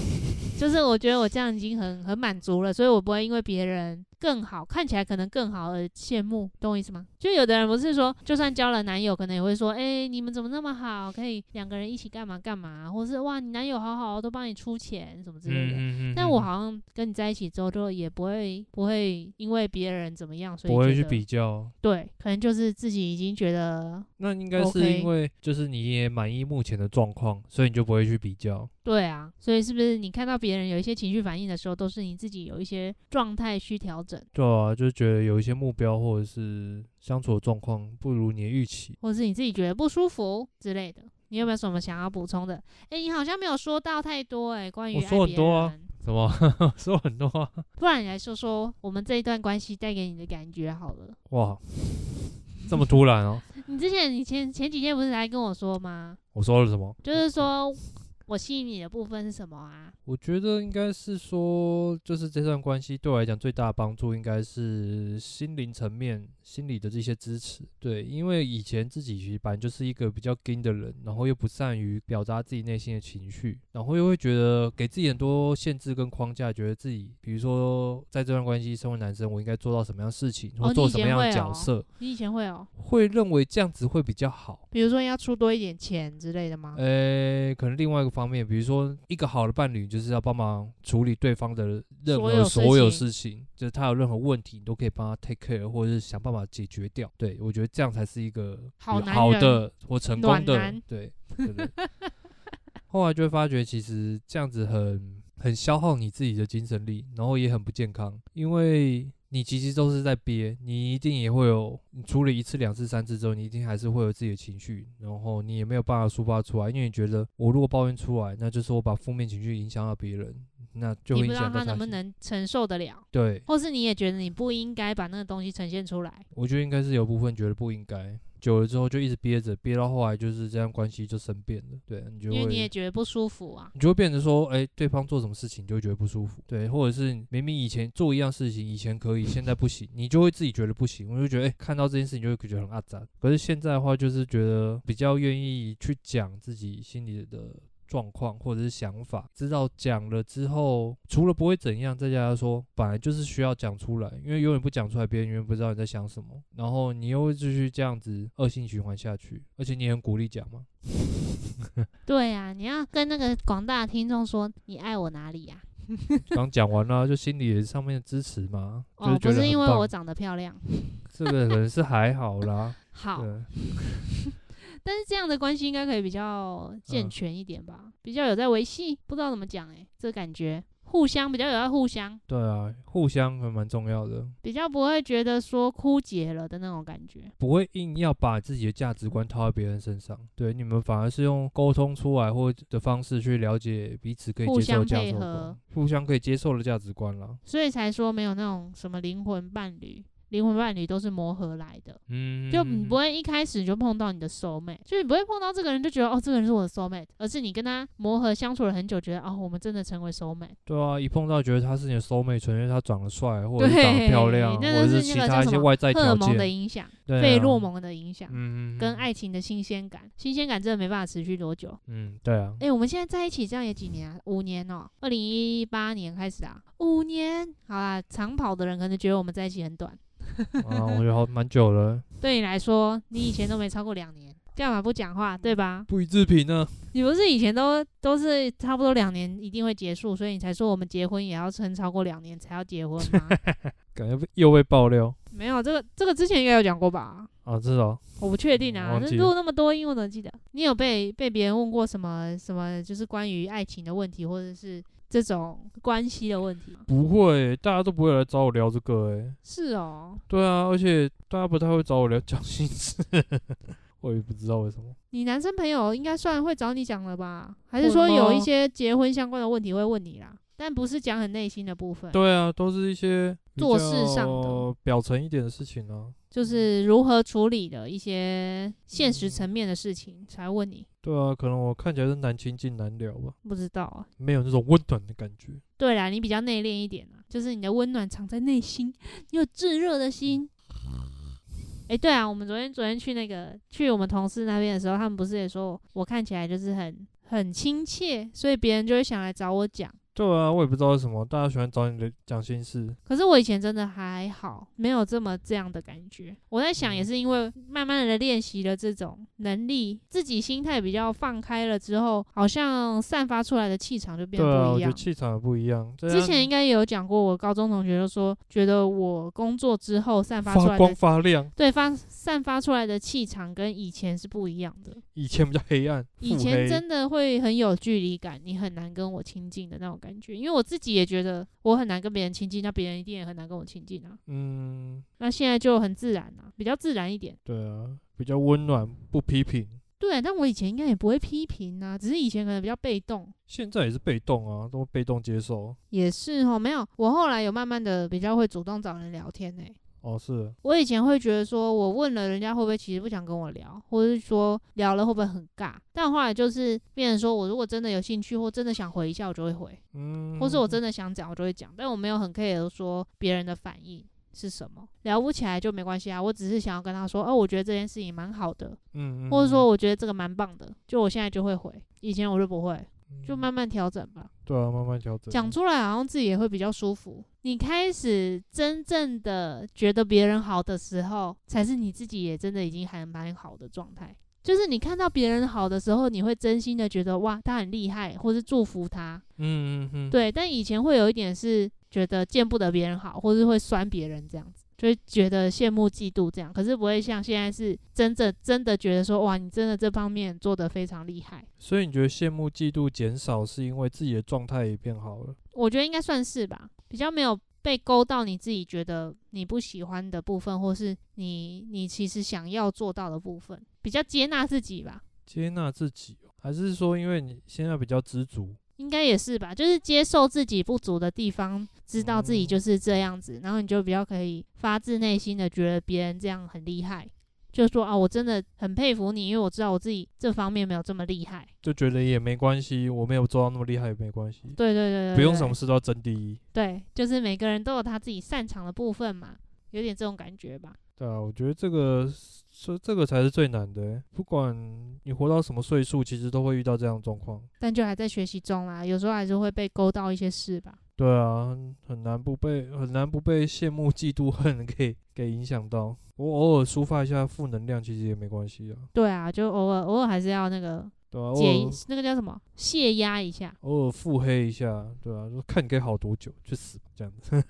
[SPEAKER 1] 就是我觉得我这样已经很很满足了，所以我不会因为别人更好，看起来可能更好而羡慕，懂我意思吗？就有的人不是说，就算交了男友，可能也会说，哎、你们怎么那么好，可以两个人一起干嘛干嘛，啊或是哇，你男友好哦好，都帮你出钱什么之类的。
[SPEAKER 2] 嗯
[SPEAKER 1] 但我好像跟你在一起之后，就也不会不会因为别人怎么样，所以
[SPEAKER 2] 不会
[SPEAKER 1] 觉
[SPEAKER 2] 去
[SPEAKER 1] 得
[SPEAKER 2] 比较，
[SPEAKER 1] 对，可能就是自己已经觉得
[SPEAKER 2] 那应该
[SPEAKER 1] OK
[SPEAKER 2] 是因为就是你也满意目前的状况，所以你就不会去比较。
[SPEAKER 1] 对啊，所以是不是你看到别人有一些情绪反应的时候，都是你自己有一些状态需调整，
[SPEAKER 2] 对啊，就是觉得有一些目标或者是相处的状况不如你的预期。
[SPEAKER 1] 或者是你自己觉得不舒服之类的？你有没有什么想要补充的？诶，你好像没有说到太多诶，关于
[SPEAKER 2] 我
[SPEAKER 1] 爱
[SPEAKER 2] 说很
[SPEAKER 1] 别
[SPEAKER 2] 多啊
[SPEAKER 1] 人
[SPEAKER 2] 什么 说很多、啊、
[SPEAKER 1] 不然你来说说我们这一段关系带给你的感觉好了。
[SPEAKER 2] 哇，这么突然哦！
[SPEAKER 1] 你之前你前前几天不是来跟我说吗？
[SPEAKER 2] 我说了什么？
[SPEAKER 1] 就是说我吸引你的部分是什么啊？
[SPEAKER 2] 我觉得应该是说，就是这段关系对我来讲最大的帮助，应该是心灵层面、心理的这些支持。对，因为以前自己其实本来就是一个比较硬的人，然后又不善于表达自己内心的情绪，然后又会觉得给自己很多限制跟框架，觉得自己，比如说在这段关系，身为男生，我应该做到什么样的事情，
[SPEAKER 1] 哦
[SPEAKER 2] 或
[SPEAKER 1] 你
[SPEAKER 2] 做
[SPEAKER 1] 以
[SPEAKER 2] 什么
[SPEAKER 1] 前
[SPEAKER 2] 样
[SPEAKER 1] 会
[SPEAKER 2] 的
[SPEAKER 1] 哦
[SPEAKER 2] 角色，
[SPEAKER 1] 你以前会哦，
[SPEAKER 2] 会认为这样子会比较好。
[SPEAKER 1] 比如说要出多一点钱之类的吗？
[SPEAKER 2] 呃、可能另外一个方面，比如说一个好的伴侣，就是要帮忙处理对方的任
[SPEAKER 1] 所
[SPEAKER 2] 何
[SPEAKER 1] 有事
[SPEAKER 2] 所有
[SPEAKER 1] 情
[SPEAKER 2] 事情，就是他有任何问题，你都可以帮他 take care，或者是想办法解决掉。对我觉得这样才是一个
[SPEAKER 1] 好
[SPEAKER 2] 比
[SPEAKER 1] 男
[SPEAKER 2] 好
[SPEAKER 1] 人
[SPEAKER 2] 的或成
[SPEAKER 1] 暖
[SPEAKER 2] 功的
[SPEAKER 1] 男
[SPEAKER 2] 人。对，对对后来就会发觉，其实这样子很。很消耗你自己的精神力，然后也很不健康，因为你其实都是在憋，你一定也会有，你除了一次、两次、三次之后，你一定还是会有自己的情绪，然后你也没有办法抒发出来，因为你觉得我如果抱怨出来，那就是我把负面情绪影响到别人，那就
[SPEAKER 1] 你
[SPEAKER 2] 会
[SPEAKER 1] 不
[SPEAKER 2] 影
[SPEAKER 1] 知道
[SPEAKER 2] 响到
[SPEAKER 1] 他能不
[SPEAKER 2] 心
[SPEAKER 1] 能承受得了，
[SPEAKER 2] 对，
[SPEAKER 1] 或是你也觉得你不应该把那个东西呈现出来。
[SPEAKER 2] 我觉得应该是有部分觉得不应该，久了之后就一直憋着，憋到后来就是这样关系就生变了，对你就
[SPEAKER 1] 因
[SPEAKER 2] 会
[SPEAKER 1] 为你也觉得不舒服啊，
[SPEAKER 2] 你就会变成说，哎、对方做什么事情你就会觉得不舒服，对，或者是明明以前做一样事情，以前可以，现在不行，你就会自己觉得不行。我就觉得，哎、看到这件事情就会觉得很阿杂。可是现在的话，就是觉得比较愿意去讲自己心里的状况或者是想法，知道讲了之后，除了不会怎样，再加上说，本来就是需要讲出来，因为永远不讲出来，别人永远不知道你在想什么，然后你又会继续这样子恶性循环下去，而且你也很鼓励讲嘛。
[SPEAKER 1] 对啊，你要跟那个广大的听众说你爱我哪里呀、啊
[SPEAKER 2] 刚讲完了，就心理上面的支持嘛，
[SPEAKER 1] 哦，
[SPEAKER 2] 就
[SPEAKER 1] 不
[SPEAKER 2] 是觉得
[SPEAKER 1] 是因为
[SPEAKER 2] 很棒
[SPEAKER 1] 我长得漂亮，
[SPEAKER 2] 这个可能是还好啦，
[SPEAKER 1] 好，
[SPEAKER 2] 对，
[SPEAKER 1] 但是这样的关系应该可以比较健
[SPEAKER 2] 嗯
[SPEAKER 1] 全一点吧，比较有在维系，不知道怎么讲哎、这感觉互相比较有在互相，
[SPEAKER 2] 对啊，互相还蛮重要的，
[SPEAKER 1] 比较不会觉得说枯竭了的那种感觉。
[SPEAKER 2] 不会硬要把自己的价值观套在别人身上，对，你们反而是用沟通出来或的方式去了解彼此可以
[SPEAKER 1] 互
[SPEAKER 2] 接受的
[SPEAKER 1] 相
[SPEAKER 2] 价
[SPEAKER 1] 配
[SPEAKER 2] 值观
[SPEAKER 1] 合，
[SPEAKER 2] 互相可以接受的价值观啦，
[SPEAKER 1] 所以才说没有那种什么灵魂伴侣，灵魂伴侣都是磨合来的，
[SPEAKER 2] 嗯，
[SPEAKER 1] 就你不会一开始就碰到你的 soul mate，就你不会碰到这个人就觉得哦这个人是我的 soul mate，而是你跟他磨合相处了很久，觉得哦我们真的成为 soul mate，
[SPEAKER 2] 对啊，一碰到觉得他是你的 soul mate，纯粹他长得帅，或者是长得漂亮，或
[SPEAKER 1] 对那
[SPEAKER 2] 者
[SPEAKER 1] 就是
[SPEAKER 2] 其
[SPEAKER 1] 那个
[SPEAKER 2] 他
[SPEAKER 1] 叫
[SPEAKER 2] 一
[SPEAKER 1] 什
[SPEAKER 2] 些
[SPEAKER 1] 么
[SPEAKER 2] 外在
[SPEAKER 1] 荷尔
[SPEAKER 2] 条
[SPEAKER 1] 蒙的
[SPEAKER 2] 件，
[SPEAKER 1] 影响，
[SPEAKER 2] 对啊
[SPEAKER 1] 费洛，蒙的影响。
[SPEAKER 2] 嗯，嗯
[SPEAKER 1] 跟
[SPEAKER 2] 嗯
[SPEAKER 1] 爱情的新鲜感，新鲜感真的没办法持续多久。
[SPEAKER 2] 嗯，对啊，
[SPEAKER 1] 诶，我们现在在一起这样也几年啊？五年哦、2二零一八年开始啊，五年。好啦，长跑的人可能觉得我们在一起很短，
[SPEAKER 2] 啊，我觉得好蛮久了，
[SPEAKER 1] 对你来说，你以前都没超过两年，干嘛不讲话，对吧？
[SPEAKER 2] 不予置评呢。
[SPEAKER 1] 你不是以前都都是差不多两年一定会结束，所以你才说我们结婚也要撑超过两年才要结婚 吗？
[SPEAKER 2] 感觉被又被爆料
[SPEAKER 1] 没有，这个这个之前应该有讲过吧？
[SPEAKER 2] 啊，知道
[SPEAKER 1] 我不确定啊，
[SPEAKER 2] 忘
[SPEAKER 1] 那
[SPEAKER 2] 记
[SPEAKER 1] 录那么多音，我怎么记得？你有被被别人问过什么什么，就是关于爱情的问题，或者是这种关系的问题吗？
[SPEAKER 2] 不会、大家都不会来找我聊这个哎、
[SPEAKER 1] 是哦，
[SPEAKER 2] 对啊，而且大家不太会找我聊 讲心事，我也不知道为什么。
[SPEAKER 1] 你男生朋友应该算会找你讲了吧？还
[SPEAKER 2] 会
[SPEAKER 1] 是说有
[SPEAKER 2] 吗
[SPEAKER 1] 一些结婚相关的问题会问你啦？但不是讲很内心的部分，
[SPEAKER 2] 对啊，都是一些比
[SPEAKER 1] 做事上的
[SPEAKER 2] 较表层一点的事情啊。
[SPEAKER 1] 就是如何处理的一些现实层面的事情才问你，
[SPEAKER 2] 对啊，可能我看起来是难亲近难聊吧，
[SPEAKER 1] 不知道啊。
[SPEAKER 2] 没有那种温暖的感觉。
[SPEAKER 1] 对啦，你比较内敛一点啊，就是你的温暖藏在内心，你有炙热的心。诶，对啊，我们昨天昨天去那个去我们同事那边的时候，他们不是也说我我看起来就是很很亲切，所以别人就会想来找我讲。
[SPEAKER 2] 对啊，我也不知道为什么大家喜欢找你的讲心事。
[SPEAKER 1] 可是我以前真的还好，没有这么这样的感觉。我在想，也
[SPEAKER 2] 嗯
[SPEAKER 1] 是因为慢慢的练习了这种能力，自己心态比较放开了之后，好像散发出来的气场就变
[SPEAKER 2] 对
[SPEAKER 1] 不
[SPEAKER 2] 啊，我觉得
[SPEAKER 1] 一样。
[SPEAKER 2] 气场也不一样。啊这
[SPEAKER 1] 之
[SPEAKER 2] 样
[SPEAKER 1] 前应该也有讲过，我高中同学就说，觉得我工作之后散发出
[SPEAKER 2] 发
[SPEAKER 1] 来
[SPEAKER 2] 光
[SPEAKER 1] 的，
[SPEAKER 2] 发亮，
[SPEAKER 1] 对发散发出来的气场跟以前是不一样的。
[SPEAKER 2] 以前比较黑暗，
[SPEAKER 1] 以
[SPEAKER 2] 腹
[SPEAKER 1] 前
[SPEAKER 2] 黑
[SPEAKER 1] 真的会很有距离感，你很难跟我亲近的那种感觉，因为我自己也觉得我很难跟别人亲近，那别人一定也很难跟我亲近啊。
[SPEAKER 2] 嗯，
[SPEAKER 1] 那现在就很自然啊，比较自然一点。
[SPEAKER 2] 对啊，比较温暖，不批评。
[SPEAKER 1] 对，但我以前应该也不会批评啊，只是以前可能比较被动。
[SPEAKER 2] 现在也是被动啊，都被动接受。
[SPEAKER 1] 也是哦，没有，我后来有慢慢的比较会主动找人聊天呢、
[SPEAKER 2] 哦，是，
[SPEAKER 1] 我以前会觉得说，我问了人家会不会其实不想跟我聊，或者是说聊了会不会很尬？但后来就是变成说我如果真的有兴趣或真的想回一下，我就会回，
[SPEAKER 2] 嗯，
[SPEAKER 1] 或是我真的想讲，我就会讲，但我没有很 care 说别人的反应是什么。聊不起来就没关系啊，我只是想要跟他说，哦，我觉得这件事情蛮好的，
[SPEAKER 2] 嗯，嗯，
[SPEAKER 1] 或者说
[SPEAKER 2] 嗯
[SPEAKER 1] 我觉得这个蛮棒的，就我现在就会回，以前我就不会，就
[SPEAKER 2] 嗯
[SPEAKER 1] 慢慢调整吧。
[SPEAKER 2] 对啊，慢慢调整。
[SPEAKER 1] 讲出来好像自己也会比较舒服。你开始真正的觉得别人好的时候，才是你自己也真的已经还蛮好的状态。就是你看到别人好的时候，你会真心的觉得哇，他很厉害，或是祝福他。
[SPEAKER 2] 嗯嗯嗯，
[SPEAKER 1] 对，但以前会有一点是觉得见不得别人好，或是会酸别人这样子。就会觉得羡慕、嫉妒这样。可是不会像现在是真的真的觉得说，哇，你真的这方面做得非常厉害。
[SPEAKER 2] 所以你觉得羡慕、嫉妒减少，是因为自己的状态也变好了？
[SPEAKER 1] 我觉得应该算是吧，比较没有被勾到你自己觉得你不喜欢的部分，或是你你其实想要做到的部分，比较接纳自己吧，
[SPEAKER 2] 接纳自己哦，还是说因为你现在比较知足？
[SPEAKER 1] 应该也是吧，就是接受自己不足的地方，知道自己
[SPEAKER 2] 哦
[SPEAKER 1] 就是这样子，然后你就比较可以发自内心的觉得别人这样很厉害，就说啊，我真的很佩服你，因为我知道我自己这方面没有这么厉害。
[SPEAKER 2] 就觉得也没关系，我没有做到那么厉害也没关系，
[SPEAKER 1] 对对对对，
[SPEAKER 2] 不用
[SPEAKER 1] 对
[SPEAKER 2] 什么事都要争第一。
[SPEAKER 1] 对，就是每个人都有他自己擅长的部分嘛，有点这种感觉吧。
[SPEAKER 2] 对啊，我觉得这个说这个才是最难的欸、不管你活到什么岁数，其实都会遇到这样的状况。
[SPEAKER 1] 但就还在学习中啦，有时候还是会被勾到一些事吧。
[SPEAKER 2] 对啊，很很难不被很难不被羡慕、嫉妒、恨给给影响到。我偶尔抒发一下负能量，其实也没关系啊。
[SPEAKER 1] 对啊，就偶尔偶尔还是要那个
[SPEAKER 2] 对啊，偶
[SPEAKER 1] 解
[SPEAKER 2] 尔
[SPEAKER 1] 那个叫什么泄压一下。
[SPEAKER 2] 偶尔腹黑一下，对啊，就看你可以好多久，去死吧这样子。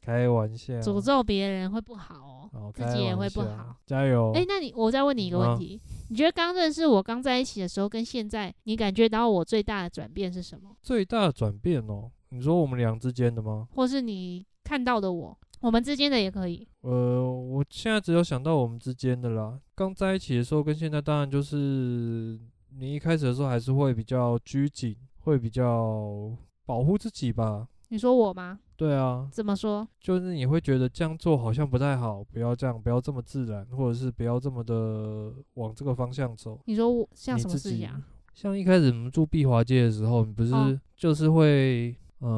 [SPEAKER 2] 开玩笑，
[SPEAKER 1] 诅咒别人会不好哦，
[SPEAKER 2] 哦，
[SPEAKER 1] 自
[SPEAKER 2] 开
[SPEAKER 1] 己也
[SPEAKER 2] 玩
[SPEAKER 1] 会不
[SPEAKER 2] 笑
[SPEAKER 1] 好。，
[SPEAKER 2] 加油！
[SPEAKER 1] 哎、那你我再问你一个问
[SPEAKER 2] 啊
[SPEAKER 1] 题，你觉得刚认识我、刚在一起的时候，跟现在你感觉到我最大的转变是什么？
[SPEAKER 2] 最大的转变哦，你说我们俩之间的吗？
[SPEAKER 1] 或是你看到的我，我们之间的也可以。
[SPEAKER 2] 呃，我现在只有想到我们之间的啦。刚在一起的时候跟现在，当然就是你一开始的时候还是会比较拘谨，会比较保护自己吧。
[SPEAKER 1] 你说我吗？
[SPEAKER 2] 对啊，
[SPEAKER 1] 怎么说？
[SPEAKER 2] 就是你会觉得这样做好像不太好，不要这样，不要这么自然，或者是不要这么的往这个方向走。
[SPEAKER 1] 你说我像
[SPEAKER 2] 你
[SPEAKER 1] 什么
[SPEAKER 2] 自
[SPEAKER 1] 事
[SPEAKER 2] 己
[SPEAKER 1] 情啊？
[SPEAKER 3] 像一开始我们住碧华街的时候，你不是
[SPEAKER 1] 哦
[SPEAKER 3] 就是会，
[SPEAKER 2] 呃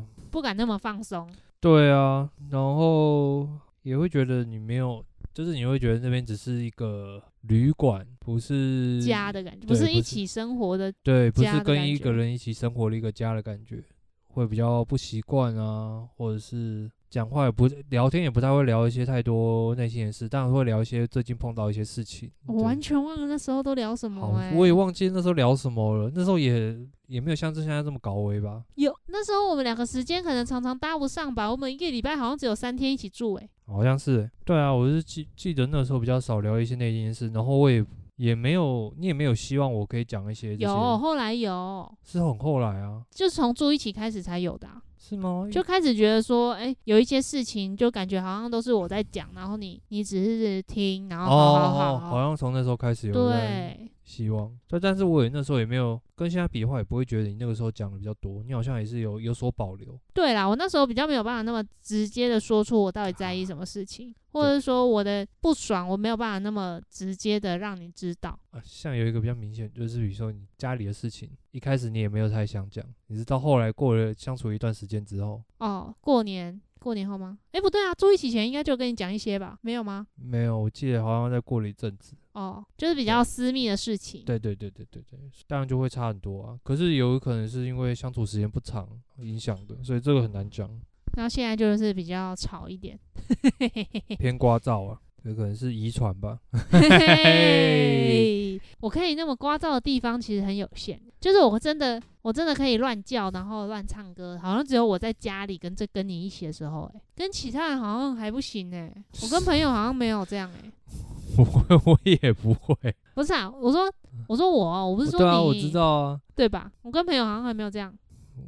[SPEAKER 3] 嗯、
[SPEAKER 1] 不敢那么放
[SPEAKER 2] 嗯
[SPEAKER 1] 松。
[SPEAKER 3] 对啊，然后也会觉得你没有，就是你会觉得那边只是一个旅馆，不是
[SPEAKER 1] 家，的感觉，不
[SPEAKER 3] 对
[SPEAKER 1] 是
[SPEAKER 3] 不
[SPEAKER 1] 一
[SPEAKER 3] 是
[SPEAKER 1] 起生活的，
[SPEAKER 3] 对，不
[SPEAKER 1] 家
[SPEAKER 3] 是
[SPEAKER 1] 的
[SPEAKER 3] 跟
[SPEAKER 1] 感
[SPEAKER 3] 一个
[SPEAKER 1] 觉
[SPEAKER 3] 人一起生活的一个家的感觉，会比较不习惯啊，或者是讲话也不聊天也不太会聊一些太多内心的事，当然会聊一些最近碰到一些事情。
[SPEAKER 1] 我完
[SPEAKER 3] 对
[SPEAKER 1] 全忘了那时候都聊什
[SPEAKER 3] 好
[SPEAKER 1] 么、欸。，
[SPEAKER 3] 我也忘记那时候聊什么了，那时候也也没有像这现在这么搞微吧。
[SPEAKER 1] 有那时候我们两个时间可能常常搭不上吧，我们一个礼拜好像只有三天一起住、欸，
[SPEAKER 3] 好像是欸，对啊，我是记记得那时候比较少聊一些内心的事，然后我也也没有，你也没有希望我可以讲一些这些，
[SPEAKER 1] 有后来有，
[SPEAKER 3] 是很后来啊，
[SPEAKER 1] 就从住一起开始才有的啊、
[SPEAKER 3] 是吗？
[SPEAKER 1] 就开始觉得说，哎、有一些事情就感觉好像都是我在讲，然后你你只是听，然后
[SPEAKER 3] 哦
[SPEAKER 1] 好
[SPEAKER 3] 哦
[SPEAKER 1] 好好
[SPEAKER 3] 哦，好像从那时候开始有在
[SPEAKER 1] 对，
[SPEAKER 3] 希望，对，但是我也那时候也没有跟现在比的话，也不会觉得你那个时候讲的比较多，你好像也是有有所保留，
[SPEAKER 1] 对啦，我那时候比较没有办法那么直接的说出我到底在意什么事情，或
[SPEAKER 3] 对
[SPEAKER 1] 者说我的不爽，我没有办法那么直接的让你知道。
[SPEAKER 3] 啊，像有一个比较明显，就是比如说你家里的事情，一开始你也没有太想讲，你是到后来过了相处一段时间之后，
[SPEAKER 1] 哦，过年过年后吗？诶，不对啊，住一起前应该就跟你讲一些吧，没有吗？
[SPEAKER 3] 没有，我记得好像再过了一阵子。
[SPEAKER 1] 哦，就是比较私密的事情。
[SPEAKER 3] 对对对对对对，当然就会差很多啊。可是有可能是因为相处时间不长影响的，所以这个很难讲，
[SPEAKER 1] 然后现在就是比较吵一点。
[SPEAKER 3] 偏聒噪啊，有可能是遗传吧。
[SPEAKER 1] 嘿嘿我可以那么聒噪的地方其实很有限，就是我真的我真的可以乱叫，然后乱唱歌，好像只有我在家里跟这跟你一起的时候、诶，跟其他人好像还不行诶，我跟朋友好像没有这样诶，
[SPEAKER 3] 我会，我也不会。
[SPEAKER 1] 不是啊，我说我说我哦，我不是说你，
[SPEAKER 3] 对啊，我知道啊，
[SPEAKER 1] 对吧？我跟朋友好像还没有这样。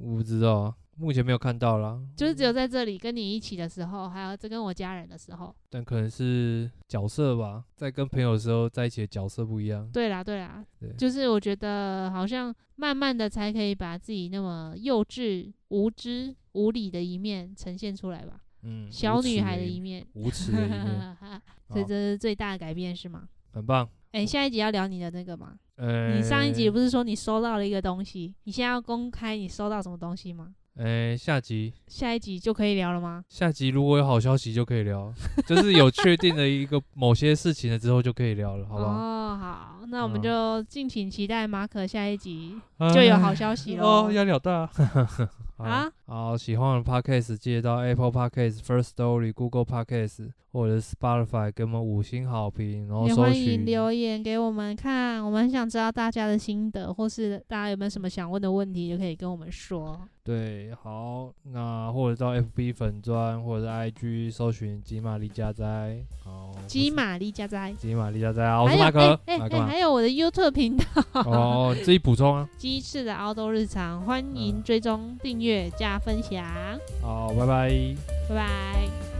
[SPEAKER 3] 我知道啊，目前没有看到啦，
[SPEAKER 1] 就是只有在这里跟你一起的时候，还有这跟我家人的时候。
[SPEAKER 3] 但可能是角色吧，在跟朋友的时候在一起的角色不一样。
[SPEAKER 1] 对啦，对啦，
[SPEAKER 3] 对
[SPEAKER 1] 就是我觉得好像慢慢的才可以把自己那么幼稚、无知、无理的一面呈现出来吧，
[SPEAKER 3] 嗯，
[SPEAKER 1] 小
[SPEAKER 3] 无耻
[SPEAKER 1] 女孩的
[SPEAKER 3] 的
[SPEAKER 1] 一，面。
[SPEAKER 3] 无耻的一面，
[SPEAKER 1] 所以
[SPEAKER 3] 好
[SPEAKER 1] 这是最大的改变是吗？
[SPEAKER 3] 很棒。
[SPEAKER 1] 哎、下一集要聊你的那个吗？
[SPEAKER 3] 呃，
[SPEAKER 1] 你上一集不是说你收到了一个东西？你现在要公开你收到什么东西吗？
[SPEAKER 3] 呃，下集
[SPEAKER 1] 下一集就可以聊了吗？
[SPEAKER 3] 下集如果有好消息就可以 聊，就是有确定的一个某些事情了之后就可以聊了，好不好？
[SPEAKER 1] 哦，好，那我
[SPEAKER 3] 嗯
[SPEAKER 1] 们
[SPEAKER 3] 哎
[SPEAKER 1] 就 敬
[SPEAKER 2] 啊
[SPEAKER 1] 请期待马可下一集就有好消息
[SPEAKER 3] 哦，
[SPEAKER 1] 喽。
[SPEAKER 3] 压力好大
[SPEAKER 1] 啊！
[SPEAKER 3] 好
[SPEAKER 2] 好，喜欢我的 podcast，记得到 Apple Podcast、First Story、Google Podcast 或者是 Spotify 给我们五星好评，然后
[SPEAKER 1] 也
[SPEAKER 2] 搜
[SPEAKER 1] 欢
[SPEAKER 2] 寻
[SPEAKER 1] 迎留言给我们看，我们很想知道大家的心得，或是大家有没有什么想问的问题，就可以跟我们说。
[SPEAKER 2] 对，好，那或者到 FB 粉砖或者是 IG 搜寻吉玛丽家哉，好，我
[SPEAKER 1] 鸡
[SPEAKER 2] 是
[SPEAKER 1] 玛丽加哉，
[SPEAKER 2] 吉玛丽家哉，好我
[SPEAKER 1] 还
[SPEAKER 2] 是
[SPEAKER 1] 有
[SPEAKER 2] 马
[SPEAKER 1] 哎
[SPEAKER 2] 哥，
[SPEAKER 1] 哎
[SPEAKER 2] 马哥
[SPEAKER 1] 哎，
[SPEAKER 2] 嘛，
[SPEAKER 1] 还有我的 YouTube 频道
[SPEAKER 2] 哦，你自己补充啊，
[SPEAKER 1] “鸡翅的澳洲日常”，欢迎
[SPEAKER 2] 嗯
[SPEAKER 1] 追踪、订阅、加分享，
[SPEAKER 2] 好，拜拜。
[SPEAKER 1] 拜拜。